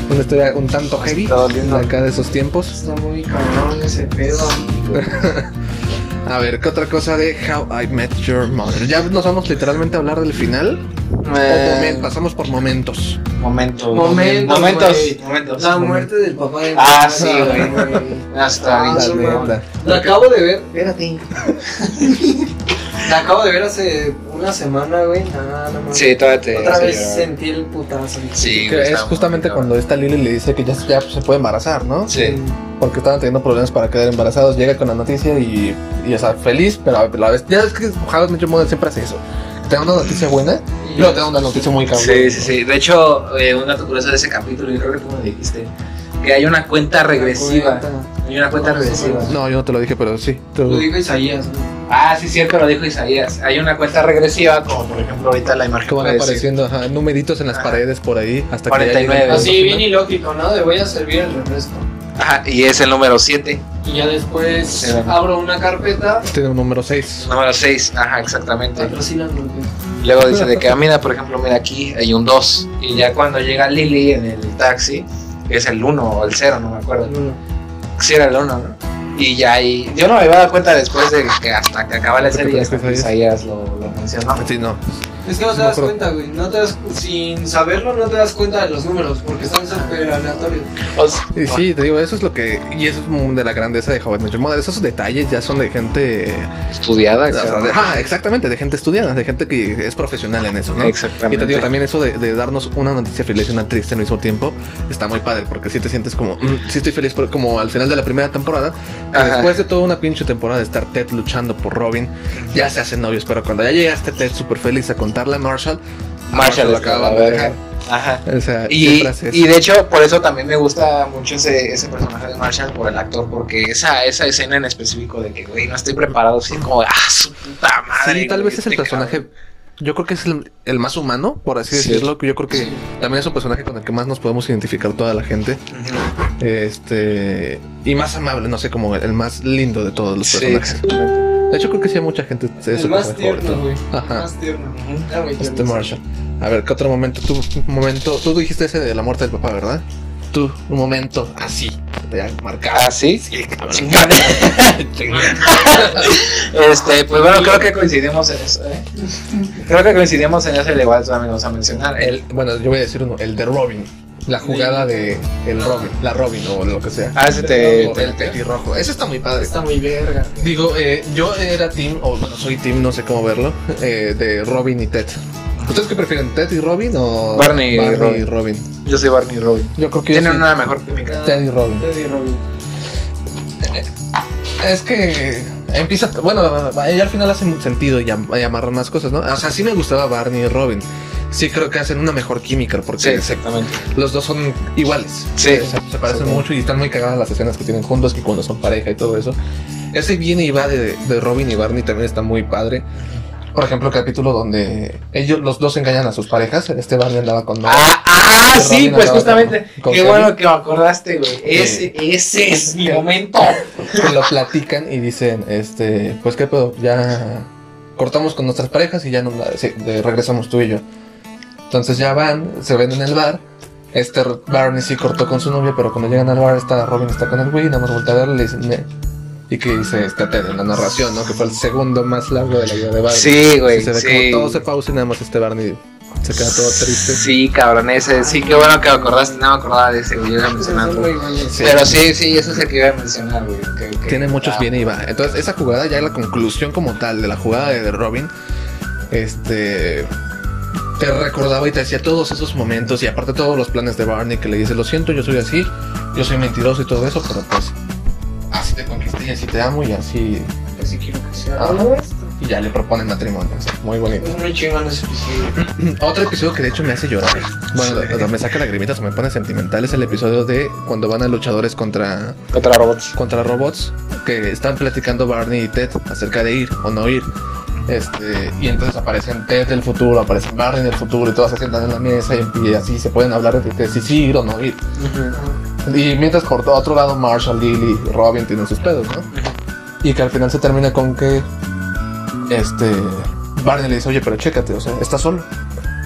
A: Una historia un tanto heavy.
B: Está doliendo.
A: de acá de esos tiempos.
F: Está muy cabrón ese pedo.
A: A ver, ¿qué otra cosa de How I Met Your Mother? Ya nos vamos literalmente a hablar del final. O momen- pasamos por momentos.
B: Momentos.
F: Momentos,
B: Momentos.
F: güey.
B: Momentos.
F: La muerte del papá de
B: Ah,
F: Marta,
B: sí, Hasta
F: Ah,
A: La
F: sí,
A: neta.
F: La acabo de ver. Espérate. La acabo de ver hace una semana, güey. Nada, nada más.
B: Sí, todavía te.
F: Ah, Otra
B: hace
F: vez
B: llorar.
F: sentí el putazo.
B: Sí,
A: Que
B: güey,
A: es
B: está muy
A: justamente
B: cabrón.
A: cuando esta Lily le dice que ya, ya se puede embarazar, ¿no?
B: Sí.
A: Porque estaban teniendo problemas para quedar embarazados. Llega con la noticia y, y o sea, feliz, pero a la vez. Ya es que How I Met Your Mother siempre hace eso. Te da una noticia buena y luego te da una noticia muy cabrón.
B: Sí, sí, sí. De hecho, eh, un dato curioso de ese capítulo, yo creo que tú me dijiste, que hay una cuenta regresiva. Hay una cuenta
F: No, Ah, sí,
B: regresiva.
F: sí.
A: No, yo no te lo dije, pero sí. Tú-
F: Lo dijo Isaías, güey.
B: Ah, sí, cierto, lo dijo Isaías. Hay una cuenta regresiva, como por ejemplo ahorita la imagen.
A: Que van
B: puede decir.
A: apareciendo ajá, numeritos en las
B: Ah.
A: paredes por ahí hasta que
B: 49.
A: ya llegan al
B: Así,
F: Así,
A: final.
F: bien ilógico, ¿no? De voy a servir el refresco.
B: Ajá, y es el número 7.
F: Y ya después
B: Sí, va.
F: abro una carpeta.
A: Tiene un número 6.
B: Número 6, ajá, exactamente.
F: Patrocinan los güey.
B: Luego dice de que, ah, mira, por ejemplo, mira aquí hay un 2. Y ya cuando llega Lily en el taxi, es el 1 o el 0, no me acuerdo. Sí, era el 1, ¿no? Y ya ahí. Yo no me había dado cuenta después de que hasta que acaba la
A: Porque
B: serie,
A: tenés
B: hasta
A: que
B: que
A: saber.
B: Isaías lo, lo mencionó.
A: Sí, no.
F: Es que no te
A: No
F: das
A: creo.
F: cuenta, güey. No te das, sin saberlo, no te das cuenta de los números porque están súper aleatorios.
B: O sea,
A: Y sí, te digo, eso es lo que. Y eso es un- de la grandeza de How I Met Your Mother. Esos detalles ya son de gente.
B: Estudiada,
A: o sea, de- ah, exactamente, de gente estudiada, de gente que es profesional en eso, ¿no?
B: Exactamente.
A: Y te digo, también eso de, de darnos una noticia feliz y una triste al mismo tiempo está muy padre, porque si te sientes como, mm, sí estoy feliz, pero como al final de la primera temporada, que
B: Ajá.
A: después de toda una pinche temporada de estar Ted luchando por Robin, ya se hacen novios, pero cuando ya llegaste Ted súper feliz a contarle a Marshall, a
B: Marshall
A: lo
B: está la
A: acaban de
B: verga.
A: dejar.
B: Ajá.
A: O sea,
B: Y,
A: siempre hace eso.
B: y de hecho, por eso también me gusta mucho ese, ese personaje de Marshall por el actor, porque esa, esa escena en específico de que, güey, no estoy preparado, así como, ah, su puta madre.
A: Sí, tal
B: güey,
A: vez es el
B: este
A: personaje.
B: cabrón".
A: Yo creo que es el, el más humano, por así
B: Sí.
A: decirlo. que Yo creo que también es un personaje con el que más nos podemos identificar toda la gente.
B: Ujú.
A: Este. Y más amable, no sé, como el, el más lindo de todos los
B: Sí,
A: personajes.
B: exactamente.
A: De hecho, creo que sí, a mucha gente es
F: El
A: su
F: más
A: personaje
F: tierno, güey.
A: favorito.
F: El
A: Ajá.
F: más tierno.
B: Ujú.
F: Ah, güey,
A: Este
F: yo no sé.
A: Marshall. A ver, ¿qué otro momento? Tú, un momento. Tú dijiste ese de la muerte del papá, ¿verdad? Tú, un momento así. Te ha marcado.
B: Ah, sí.
A: Sí, cabrón.
B: Chingada. este, pues bueno, creo que coincidimos en eso, ¿eh? Creo que coincidimos en eso, y igual también vamos a mencionar. El,
A: Bueno, yo voy a decir uno, el de Robin. La jugada de el Robin, la Robin o lo que sea.
B: ah, ese te,
A: O
B: te-
A: el
B: te-
A: petirrojo. Eso está muy padre.
F: Está muy verga.
A: Digo, eh, yo era team, o bueno, soy team, no sé cómo verlo, eh, de Robin y Ted. ¿Ustedes qué prefieren, Ted y Robin o
B: Barney y
A: y
B: Robin.
A: Robin?
B: Yo soy Barney Robin.
A: Yo creo que yo
B: Tienen
A: soy
B: una mejor química.
A: Ted y Robin.
F: Teddy Robin.
A: Es que empieza, bueno, ya al final hace sentido y, am- y amarran más cosas, ¿no? O sea, sí me gustaba Barney y Robin. Sí creo que hacen una mejor química
B: Sí,
A: porque se-
B: exactamente.
A: los dos son iguales.
B: Sí.
A: O sea, se parecen mucho y están muy cagadas las escenas que tienen juntos, que cuando son pareja y todo eso. Ese viene y va de, de Robin y Barney también está muy padre. Por ejemplo, el capítulo donde ellos los dos engañan a sus parejas. Este Barney andaba con Nora.
B: Ah, ah,
A: Que
B: sí,
A: Robin
B: pues
A: andaba
B: justamente.
A: con- con
B: Qué
A: Sally.
B: bueno que me acordaste, güey. Ese, ese es mi momento.
A: que lo platican y dicen, este, pues qué pedo, ya cortamos con nuestras parejas y ya no, sí, de- regresamos tú y yo. Entonces ya van, se ven en el bar. Este R- Barney sí cortó con su novia, pero cuando llegan al bar está Robin está con el güey, nada más voltea a verle y le dicen, "Ne". y que dice este Ted en la narración, ¿no? Que fue el segundo más largo de la vida de Barney.
B: Sí, güey.
A: se ve
B: Sí,
A: como todo se pausa y nada más este Barney se queda todo triste.
B: sí cabrón, ese. Sí, qué bueno que me acordaste. No me acordaba de ese, güey. Yo iba mencionando.
F: Muy bueno.
A: Sí.
B: Pero sí, sí, ese es el que iba a mencionar, güey. que- que-
A: Tiene muchos
B: ah,
A: viene y va. Entonces, esa jugada, ya la conclusión como tal de la jugada de Robin, este. Te recordaba y te decía todos esos momentos y aparte todos los planes de Barney que le dice, lo siento, yo soy así, yo soy mentiroso y todo eso, pero pues así te conquisté y así te amo y así...
F: Así Pues quiero que sea.
A: Ah.
F: ¿no?
A: Y ya le proponen matrimonio, o sea, muy bonito.
F: Es muy chingón ese episodio.
A: Otro episodio que de hecho me hace llorar. Bueno, o sea, me saca lagrimitas, me pone sentimental, es el episodio de cuando van a luchadores contra
B: Contra robots.
A: contra robots que están platicando Barney y Ted acerca de ir o no ir. Este, y entonces aparecen Ted del futuro, aparecen Barney del futuro y todas se sientan en la mesa y, y así se pueden hablar de, de si sí ir o no ir. Y mientras por otro lado Marshall, Lily y Robin tienen sus pedos, ¿no? Y que al final se termina con que este Barney le dice, oye, pero chécate, o sea, estás solo.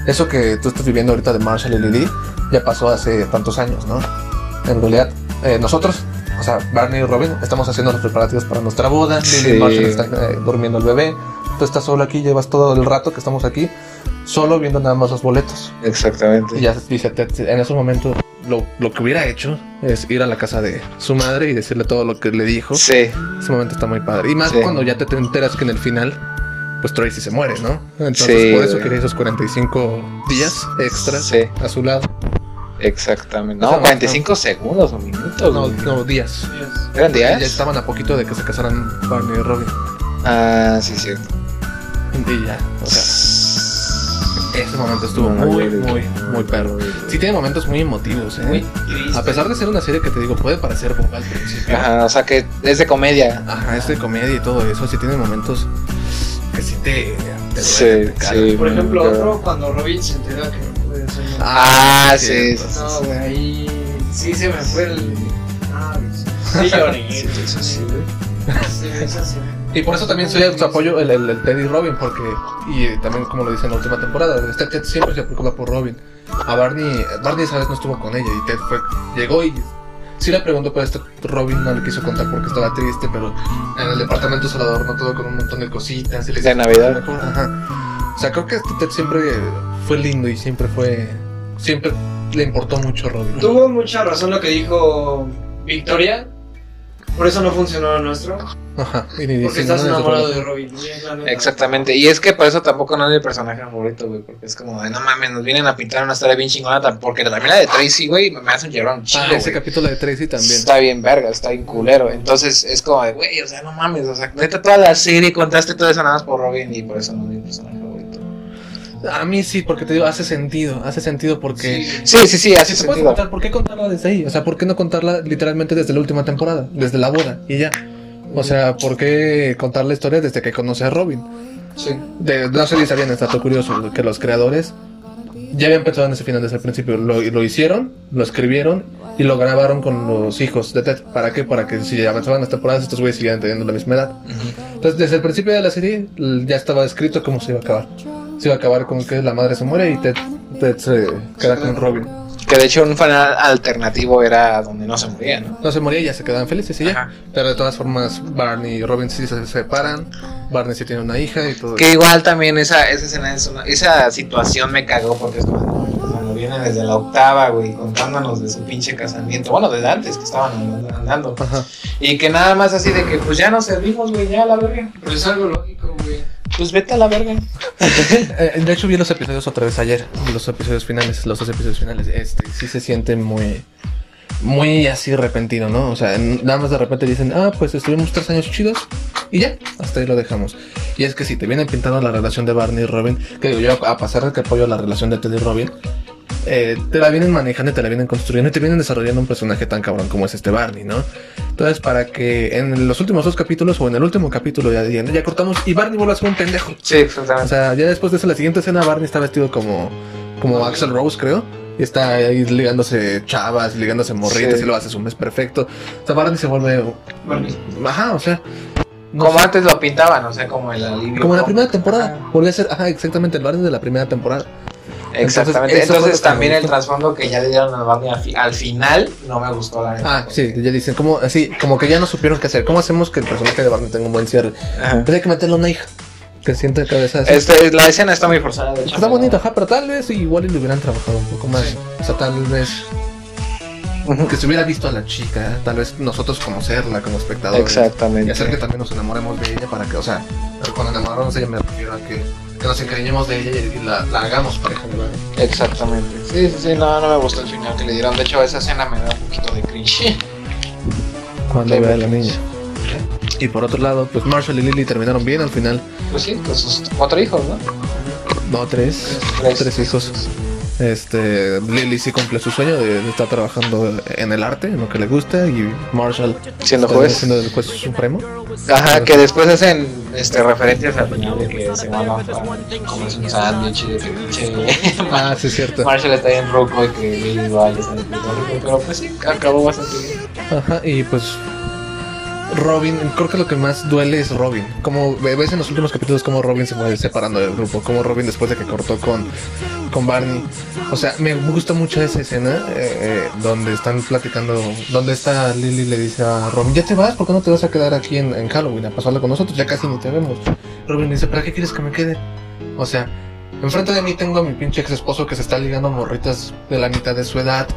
A: eso que tú estás viviendo ahorita de Marshall y Lily ya pasó hace tantos años, ¿no? En realidad, eh, nosotros, o sea, Barney y Robin, estamos haciendo los preparativos para nuestra boda. Lily
B: Sí.
A: y Marshall están eh, durmiendo el bebé. Tú estás solo aquí, llevas todo el rato que estamos aquí, solo viendo nada más los boletos.
B: Exactamente.
A: Y ya y se te- en ese momento lo, lo que hubiera hecho es ir a la casa de su madre y decirle todo lo que le dijo.
B: Sí,
A: Ese momento está muy padre. Y más
B: Sí.
A: cuando ya te te enteras que en el final, pues Tracy se muere, ¿no? Entonces
B: Sí,
A: por eso
B: güey.
A: quería esos 45 días extras
B: Sí.
A: a su lado.
B: exactamente.
A: O sea,
B: No, 45 segundos o minutos.
A: No,
B: güey.
A: no,
F: Ah,
A: días.
B: ¿Eran
A: Ya
B: días?
A: estaban a poquito de que se casaran Barney y Robin.
B: Ah, sí, cierto.
A: Y ya. O sea, ese momento estuvo
B: No,
A: muy,
B: güey.
A: muy, muy perro. Sí tiene momentos muy emotivos, ¿eh?
F: Muy
A: a pesar de ser una serie que te digo, puede parecer boba al principio.
B: Ajá, o sea que es de comedia.
A: Ajá, es de comedia y todo eso, sí tiene momentos que sí te... te
B: Sí,
A: duelen, te calan.
B: sí.
F: Por ejemplo,
B: pero-
F: otro cuando Robin se enteró que no puede ser.
B: Ah,
A: sí,
B: sí.
A: pues.
F: No, güey, ahí sí se me fue el. Ah, güey, sí. Sí, lloré. Sí, eso sí, eso sí.
A: Y por eso también soy a tu apoyo el, el, el Teddy Robin, porque, y también como lo dice en la última temporada, este Ted siempre se preocupa por Robin. A Barney, Barney esa vez no estuvo con ella y Ted fue, llegó y sí le preguntó por esto, Robin no le quiso contar porque estaba triste, pero en el departamento se lo adornó todo con un montón de cositas. Y le
B: De
A: hizo
B: Navidad.
A: mejor, ajá. O sea, creo que este Ted siempre fue lindo y siempre fue, siempre le importó mucho Robin.
F: Tuvo mucha razón lo que dijo Victoria. Por eso no funcionó el nuestro.
A: Ajá, y ni
F: Porque
A: diciendo nada
F: estás
A: de
F: enamorado
A: Robin.
F: de Robin. bien, la neta.
B: Exactamente, y es que por eso tampoco no es mi personaje favorito, güey, porque es como de no mames, nos vienen a pintar una historia bien chingona, tam- porque también la de Tracy, güey, me hace un llorón chido.
A: Ah, ese
B: güey.
A: capítulo de Tracy también.
B: Está bien verga, está bien culero. Entonces es como de, güey, o sea, no mames, o sea, neta toda la serie contaste todo eso nada más por Robin y por eso no es mi personaje favorito.
A: A mí sí, porque te digo, hace sentido, hace sentido porque...
B: Sí, sí, sí, hace
A: Si se puede
B: sentido.
A: contar, ¿por qué contarla desde ahí? O sea, ¿por qué no contarla literalmente desde la última temporada? Desde la boda y ya. O sea, ¿por qué contar la historia desde que conoce a Robin?
B: Sí.
A: De, no sé si sabían, es dato curioso, que los creadores ya habían pensado en ese final desde el principio. Lo, lo hicieron, lo escribieron y lo grabaron con los hijos de Ted. ¿Para qué? Para que si avanzaban las temporadas, estos güeyes siguieran teniendo la misma edad. Entonces, desde el principio de la serie l- ya estaba escrito cómo se iba a acabar. Se iba a acabar con que la madre se muere y Ted, Ted se queda con Robin.
B: Que de hecho un final alternativo era donde no se moría, ¿no?
A: No se moría, ya se quedaban felices y ya.
B: Ajá.
A: Pero de todas formas, Barney y Robin sí se separan. Barney sí tiene una hija y todo.
B: Que igual también esa, esa escena es una- esa situación me cagó porque es como pues, cuando vienen desde la octava, güey, contándonos de su pinche casamiento, bueno, desde antes que estaban andando, andando.
A: Ajá.
B: y que nada más así de que pues ya nos servimos, güey, ya a la verga,
F: Pero es algo lógico, güey.
B: pues vete a la verga.
A: Eh, de hecho, vi los episodios otra vez ayer. Los episodios finales, los dos episodios finales. Este sí se siente muy. Muy así repentino, ¿no? O sea, n- nada más de repente dicen, ah, pues estuvimos tres años chidos y ya, hasta ahí lo dejamos. Y es que si te vienen pintando la relación de Barney y Robin, que digo yo, a pesar de que apoyo la relación de Ted y Robin, eh, te la vienen manejando, y te la vienen construyendo y te vienen desarrollando un personaje tan cabrón como es este Barney, ¿no? Entonces, para que en los últimos dos capítulos o en el último capítulo ya digan, ya cortamos y Barney vuelve a ser un pendejo.
B: Sí,
A: O
B: exactamente.
A: sea, ya después de eso, la siguiente escena, Barney está vestido como, como Axel Rose, creo. Y está ahí ligándose chavas, ligándose morritas,
B: Sí.
A: y lo hace su mes perfecto. O sea, Barney se vuelve. Ajá, o sea. no
B: Como
A: sé,
B: antes lo pintaban, o sea, como el alivio.
A: como en la primera
B: cómico.
A: temporada. Volvió a ser, ajá, exactamente, el Barney de la primera temporada.
B: Ajá, Exactamente.
A: Entonces, eso
B: Entonces,
A: fue lo que
B: también
A: me
B: el
A: gustó.
B: trasfondo que ya le dieron al Barney al, fi- al final no me gustó la neta.
A: Ah, sí, ya dicen, como así, como que ya no supieron qué hacer. ¿Cómo hacemos que el personaje de Barney tenga un buen cierre?
B: Ajá.
A: Tendría que meterle una hija que siente de cabeza así.
B: Este, la escena está muy forzada, de hecho.
A: Está
B: pero-
A: bonito, ajá, pero tal vez igual y lo hubieran trabajado un poco más. O sea, tal vez que se hubiera visto a la chica, tal vez nosotros conocerla como espectadores. Y
B: Exactamente.
A: hacer que también nos enamoremos de ella para que, o sea, cuando enamorarnos de ella me refiero a que, que nos encariñemos de ella y la, la hagamos pareja, ¿verdad?
B: Exactamente. Sí, sí, sí, no, no me gustó el final que le dieron. De hecho, esa escena me da un poquito de cringe.
A: Cuando
B: Sí,
A: vea a
B: me-
A: la niña. Y por otro lado, pues Marshall y Lily terminaron bien al final.
B: Pues sí, con sus cuatro hijos, ¿no?
A: No, tres.
B: Tres.
A: Tres hijos. Este, Lily sí cumple su sueño de estar trabajando en el arte, en lo que le gusta, y Marshall
B: Siendo
A: termina
B: juez.
A: siendo el juez supremo.
B: Ajá, que después hacen este, referencias al final de que se van a comer un sándwich y de que pinche
A: Ah, sí, es cierto.
B: Marshall está bien roco y que Lily va a estar en el escritorio. Pero pues sí, acabó bastante bien.
A: Ajá, y pues Robin, creo que lo que más duele es Robin. Como ves en los últimos capítulos, cómo Robin se fue separando del grupo, cómo Robin después de que cortó con, con Barney. O sea, me gusta mucho esa escena eh, eh, donde están platicando, donde está Lily le dice a Robin, ya te vas, ¿por qué no te vas a quedar aquí en, en Halloween a pasarla con nosotros? Ya casi ni te vemos. Robin dice, ¿para qué quieres que me quede? O sea, enfrente de mí tengo a mi pinche ex esposo que se está ligando a morritas de la mitad de su edad.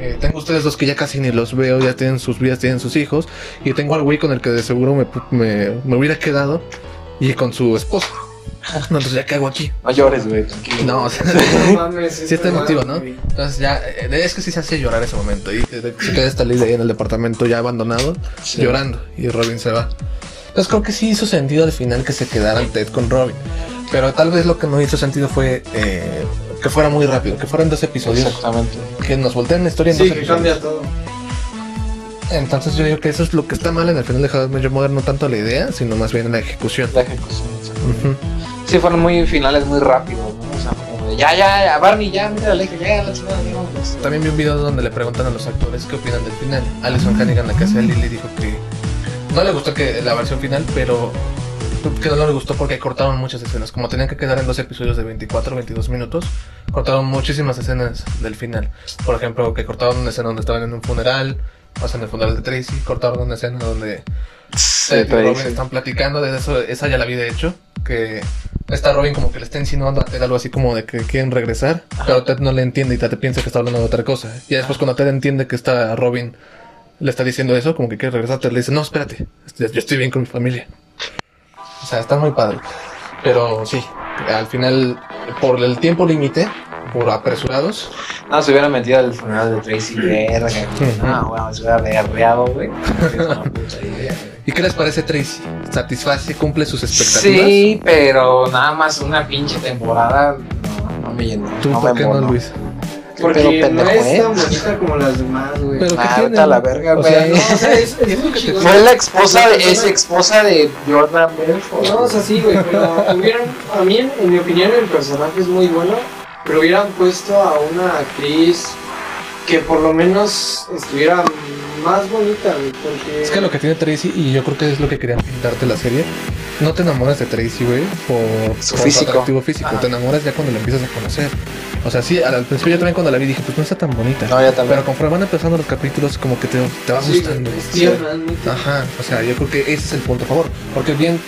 A: Eh, tengo a ustedes dos que ya casi ni los veo, ya tienen sus vidas, tienen sus hijos. Y tengo al güey con el que de seguro me, pu- me- me hubiera quedado y con su esposo. No, entonces ya qué hago aquí.
B: No llores, güey, tranquilo.
A: No, o sea, Sí está emotivo, ¿no? Entonces ya, eh, es que sí se hace llorar ese momento. Y te- te- se queda esta Lily ahí en el departamento ya abandonado, llorando. Y Robin se va. Entonces creo que sí hizo sentido al final que se quedaran Ted con Robin. Pero tal vez lo que no hizo sentido fue eh, que fuera muy rápido, que fueran dos episodios,
B: Exactamente.
A: que nos voltean la historia en
F: Sí,
A: dos
F: que
A: episodios.
F: cambia todo.
A: Entonces yo digo que eso es lo que está mal en el final de How I Met Your Mother, no tanto la idea, sino más bien la ejecución.
B: La ejecución, exacto.
A: Ujú.
B: Sí, fueron muy finales muy rápidos, ¿no? O sea, como de, ya, ya, ya, Barney, ya, mira, Aleje, ya, la chingada, ya, pues.
A: También vi un video donde le preguntan a los actores qué opinan del final. Alison Hannigan, la que hace a Lily, dijo que no le gustó que la versión final, pero que no le gustó porque cortaron muchas escenas. Como tenían que quedar en dos episodios de 24 22 minutos, cortaron muchísimas escenas del final. Por ejemplo, que cortaron una escena donde estaban en un funeral, o sea, en el funeral de Tracy, cortaron una escena donde Ted y
B: Tracy.
A: Este, Robin están platicando, de eso, esa ya la había hecho, que Está Robin como que le está insinuando a Ted algo así como de que quieren regresar, pero Ted no le entiende y Ted piensa que está hablando de otra cosa. Y ya después cuando Ted entiende que está Robin le está diciendo eso, como que quiere regresar, Ted le dice, no, espérate, yo estoy bien con mi familia. O sea, está muy padre. Pero sí, al final, por el tiempo límite, por apresurados,
B: No, se hubiera metido al funeral de Tracy, verga, güey. No, bueno, se hubiera berreado, güey. Es una puta idea, güey.
A: ¿y qué les parece Tracy? ¿Satisface? ¿Cumple sus expectativas?
B: Sí, pero nada más una pinche temporada no, no me llenó.
A: ¿Tú
B: no
A: por
B: me
A: qué no,
B: embonó.
A: Luis?
B: Pero
F: Porque no
B: pendejo,
F: es
B: ¿eh?
F: tan bonita como las demás, güey.
A: Pero
B: Ah,
A: ¿qué
B: vete
A: tiene?
B: a la verga,
A: O sea,
B: güey.
F: No, o sea, es, es muy chingón.
B: Fue la esposa de, es esposa de Jordan Belfort.
F: Pues No, o sea, sí, güey, pero hubieran, a mí, en, en mi opinión, el personaje es muy bueno, pero hubieran puesto a una actriz que por lo menos estuviera más bonita, güey, porque...
A: Es que lo que tiene Tracy, y yo creo que es lo que querían pintarte la serie, no te enamoras de Tracy, güey, por
B: Su
A: por
B: físico.
A: atractivo físico.
B: Ajá.
A: Te enamoras ya cuando la empiezas a conocer. O sea, sí, al, al principio yo también cuando la vi dije, pues no está tan bonita.
B: No, yo también.
A: Pero conforme van empezando los capítulos, como que te, te va
F: Sí,
A: gustando.
F: es tierna, es muy tierna.
A: Ajá, o sea, yo creo que ese es el punto a favor. Porque bien,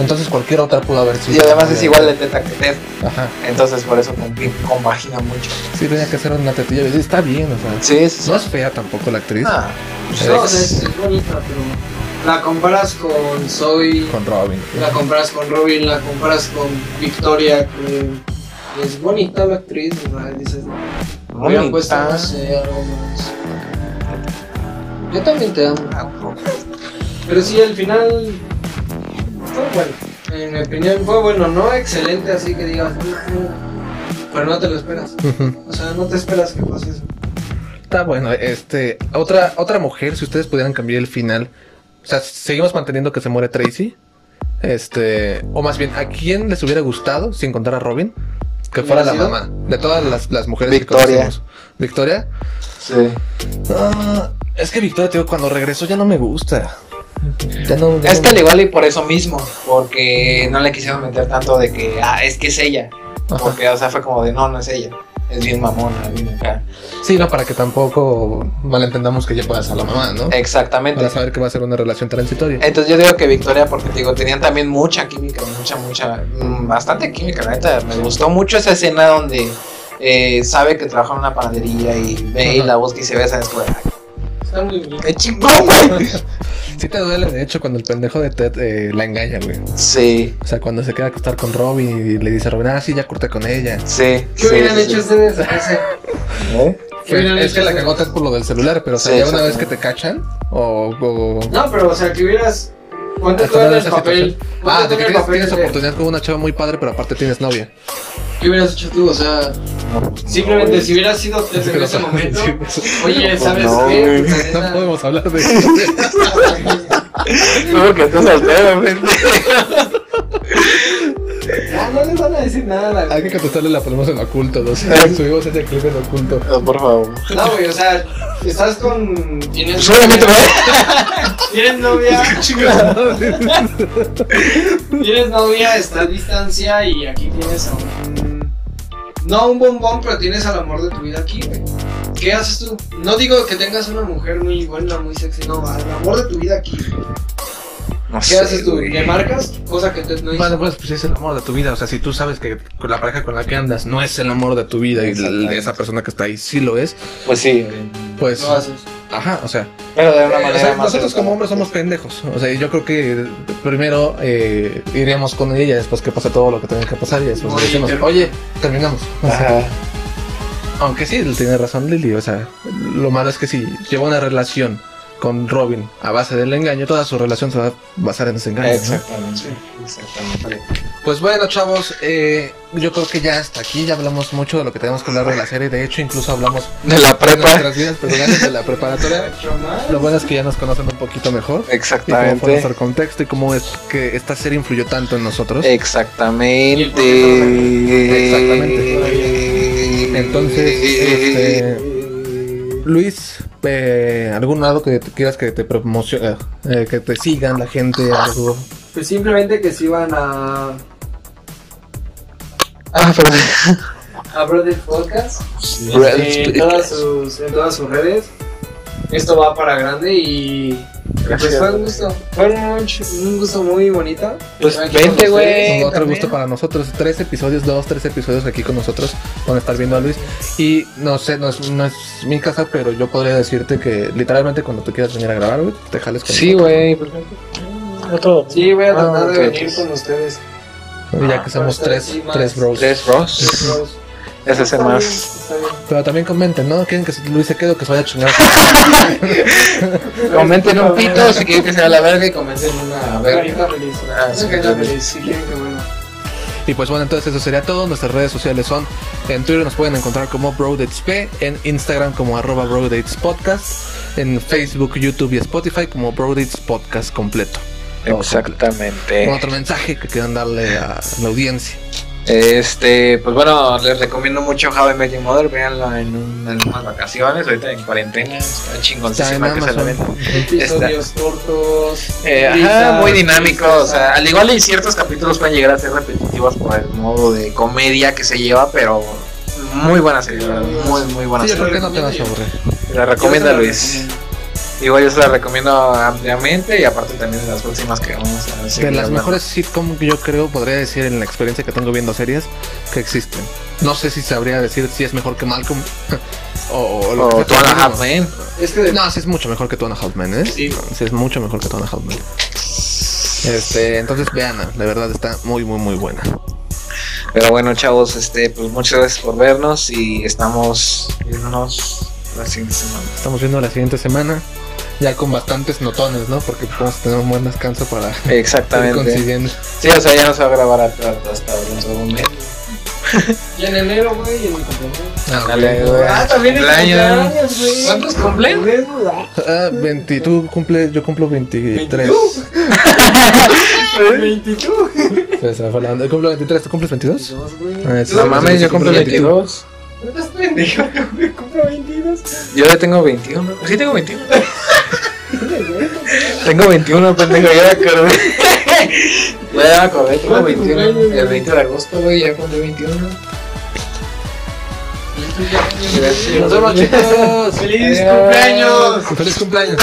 A: entonces cualquier otra pudo haber sido.
B: y además es igual de teta que Ted.
A: Ajá,
B: Entonces por eso compi- compagina mucho.
A: sí tenía que ser una tetilla. Está bien, o sea.
B: Sí, sí,
A: No es fea tampoco la actriz
B: Ah,
A: Sí.
F: No, o sea, es, es bonita, pero la comparas con Zoe,
A: con Robin.
F: la comparas con Robin, la comparas con Victoria, que es bonita la actriz, ¿verdad? Dices, hubieran puesto,
B: pues,
F: no sé, algo más. Yo también te amo.
B: ah,
F: Pero sí, al final fue bueno. En mi opinión fue bueno, no excelente, así que digas, "Mm, mm", pero no te lo esperas.
A: Ujú.
F: O sea, no te esperas que pase eso.
A: Está bueno, este, otra, otra mujer, si ustedes pudieran cambiar el final, o sea, seguimos manteniendo que se muere Tracy, este, o más bien, ¿a quién les hubiera gustado, si encontrar a Robin, que fuera la
F: ¿Hubiera sido?
A: mamá de todas las, las mujeres
B: Victoria.
A: que conocemos? Victoria.
B: sí.
A: Ah, es que Victoria, te digo, cuando regresó ya no me gusta. Ya no, ya
B: Es
A: no-
B: que al igual y por eso mismo, porque no le quisieron meter tanto de que, ah, es que es ella.
A: Ajá.
B: Porque, o sea, fue como de, no, no es ella. Es bien mamona, bien acá.
A: Sí, no, para que tampoco malentendamos que ya pueda ser la mamá,
B: Eh,
A: ¿no?
B: Exactamente.
A: Para saber que va a ser una relación transitoria.
B: Entonces yo digo que Victoria, porque te digo, tenían también mucha química, mucha, mucha, mm, bastante química, la neta. Me gustó mucho esa escena donde eh, sabe que trabaja en una panadería y ve
A: Ajá.
B: la voz que se ve esa escuela.
F: Está muy bien.
B: ¡Qué chingón, güey!
A: Sí te duele, de hecho, cuando el pendejo de Ted eh, la engaña, güey.
B: Sí,
A: O sea, cuando se queda a acostar con Robin y le dice a Robin, ah, sí, ya corté con ella.
B: sí. ¿Eh?
F: ¿Qué hubieran hecho
B: eso?
F: ustedes? No sé. ¿Qué hubieran
A: es
F: hecho
A: que la
F: ustedes?
A: cagota es por lo del celular, pero o sea,
B: Sí,
A: ya una vez que
B: exactamente.
A: te cachan, o. o...
F: No, pero o sea, que hubieras. Ponte tú
A: hasta
F: en
A: de
F: el
A: esa
F: papel.
A: situación.
F: ponte
A: Ah, de
F: tú en
A: que
F: el
A: tienes,
F: papel
A: tienes
F: de-
A: oportunidad con una chava muy padre, pero aparte tienes novia.
F: ¿Qué hubieras hecho tú? O sea, simplemente si hubieras sido
A: Es
F: desde
A: que no
F: ese
A: podemos
F: momento.
A: decir eso.
F: Oye, ¿sabes
B: no,
F: qué?
B: güey.
F: Pues,
A: No
F: neta,
A: podemos hablar de eso.
B: No, que tú soltero, güey.
F: Ah, no, no les van a decir nada,
A: Hay
F: güey.
A: que contestarle la ponemos en oculto. ¿no? Subimos ese clip en oculto.
B: Ah, por favor.
F: No, güey, o sea, estás con. ¿Tienes
B: Solamente
F: novia? ¿Tienes novia? Tienes novia, está a distancia y aquí tienes a un. No a un bombón, pero tienes al amor de tu vida aquí, güey. ¿Qué haces tú? No digo que tengas una mujer muy buena, muy sexy, no, al amor de tu vida aquí. güey. ¿Qué haces tú? ¿Le marcas? Cosa que te no hizo.
A: Bueno, pues, pues es el amor de tu vida. O sea, si tú sabes que con la pareja con la que andas no es el amor de tu vida y la-
B: Exactamente.
A: esa persona que está ahí sí lo es,
B: Pues sí,
A: pues,
F: lo haces.
A: ajá, o sea,
B: pero de una
A: Eh, o
B: manera
A: sea,
B: más.
A: nosotros como hombres somos pendejos. O sea, yo creo que primero eh, iríamos con ella después que pasa todo lo que tenga que pasar y después
F: Oye,
A: le decimos,
F: pero-
A: oye, terminamos. O sea,
B: Ajá.
A: aunque sí, tiene razón Lily. O sea, lo malo es que si lleva una relación con Robin a base del engaño, toda su relación se va a basar en ese engaño. ¿no?
B: Exactamente. Exactamente.
A: Pues bueno, chavos, eh, yo creo que ya hasta aquí. Ya hablamos mucho de lo que tenemos que hablar de la serie. De hecho, incluso hablamos
B: De la
A: de
B: prepa.
A: nuestras vidas personales de la preparatoria. Lo bueno es que ya nos conocen un poquito mejor. Y cómo fue
B: Exactamente.
A: nuestro contexto y cómo es que esta serie influyó tanto en nosotros.
B: Eh, Exactamente.
A: Exactamente. Entonces, este, Luis, eh, ¿algún lado que te- quieras que te promocione, eh, que te sigan la gente? Algo?
F: Pues simplemente que se iban a.
B: Ah, perdón.
F: a Brother Podcast.
B: Brother
F: Este, en, todas sus, en todas sus redes. Esto va para grande y. Pues fue un gusto. Fue un, mucho- un gusto muy bonito.
B: Pues
F: Aquí con
B: vente,
F: ustedes.
B: güey.
A: otro gusto para nosotros. Tres episodios, dos, tres episodios aquí con nosotros. Van a estar viendo a Luis. Y no sé, no es, no es mi casa, pero yo podría decirte que literalmente cuando tú quieras venir a grabar, güey, te jales con
B: Sí, güey. por ejemplo. Otro.
F: Sí, voy a
B: Ah,
F: tratar de
B: ok,
F: venir
B: ok.
F: con ustedes.
A: nosotros. Ya que somos
F: para
A: tres,
F: estar así más-
A: tres bros.
B: Tres
F: Tres
B: Ross.
F: bros.
B: Es hacer
F: Está
B: más.
F: bien, está bien.
A: Pero también comenten, ¿no? ¿Quieren que Luis se quede o que se vaya a chingar?
B: Comenten un pito si quieren que sea la verga y comenten
F: Ah,
B: una verga.
F: carita feliz.
B: Ah, sí,
F: Una carita
B: sí.
F: feliz. Si quieren que bueno.
A: Y pues bueno, entonces eso sería todo. Nuestras redes sociales son en Twitter nos pueden encontrar como BroDatesP, en Instagram como arroba BroDatesPodcast, en Facebook, YouTube y Spotify como BroDates Podcast completo.
B: Exactamente.
A: Con otro mensaje que quieran darle a la audiencia.
B: Este, pues bueno, les recomiendo mucho How I Met Your Mother, véanla en, un- en unas vacaciones, ahorita en cuarentena, está
A: Está en
B: chingoncísima que se la
A: Amazon.
B: ven.
F: Episodios cortos.
B: Eh,
F: risas,
B: ajá, muy dinámico,
F: risas.
B: o sea, al igual y ciertos capítulos pueden llegar a ser repetitivos por el modo de comedia que se lleva, pero muy buena serie, la verdad, muy, muy buena
A: Sí, yo creo
B: serie.
A: que no te vas a aburrir.
B: La
F: Yo se
B: recomienda
F: la
B: Luis.
F: recomiendo.
B: Igual yo se la recomiendo ampliamente y aparte también de las próximas que vamos a seguir
A: De las
B: hablando.
A: mejores sitcom que yo creo, podría decir en la experiencia que tengo viendo series, que existen. No sé si sabría decir si es mejor que Malcolm o, o lo que
B: O
A: sea,
B: Two and a
A: pero
B: Half Men.
F: Es que de-
A: No, sí es mucho mejor que Tona Halfman, ¿eh?
F: Sí.
A: Sí, es mucho mejor que Tona Halfman. Este, entonces vean, de verdad está muy, muy, muy buena.
B: Pero bueno, chavos, este, pues muchas gracias por vernos y estamos viéndonos la siguiente semana.
A: Estamos viendo la siguiente semana, ya con bastantes notones, ¿no? Porque pues, vamos a tener un buen descanso para ir
B: Exactamente.
A: consiguiendo.
B: Sí, o sea, ya no se va a grabar hasta, hasta dentro de un mes.
F: Y en enero, güey, en mi cumpleaños.
A: Ah,
B: Dale,
A: güey.
B: güey.
F: Ah, también en
B: Cumpleaños.
F: cumpleaños, güey.
B: ¿Cuántos cumplen?
F: Cumpleaños, güey.
A: Ah, 20, tú cumple, yo cumplo 23.
F: 22.
A: Se- se me fue la onda. Yo cumplo 23, ¿tú cumples 22? Ah, sí,
B: No
A: sí, sí,
B: mames,
A: sí,
B: yo cumplo 22.
F: ¿No estás pendejo? güey? Compro 22.
B: Yo ya tengo 21. Sí, tengo 21. tengo 21, pendejo, ya me acordé. ya me acordé, tengo 21. El 20 de agosto, güey, ya cumplí 21. Gracias.
A: Nos vemos, chicos.
B: Adiós.
F: ¡Feliz É. cumpleaños!
A: ¡Feliz cumpleaños!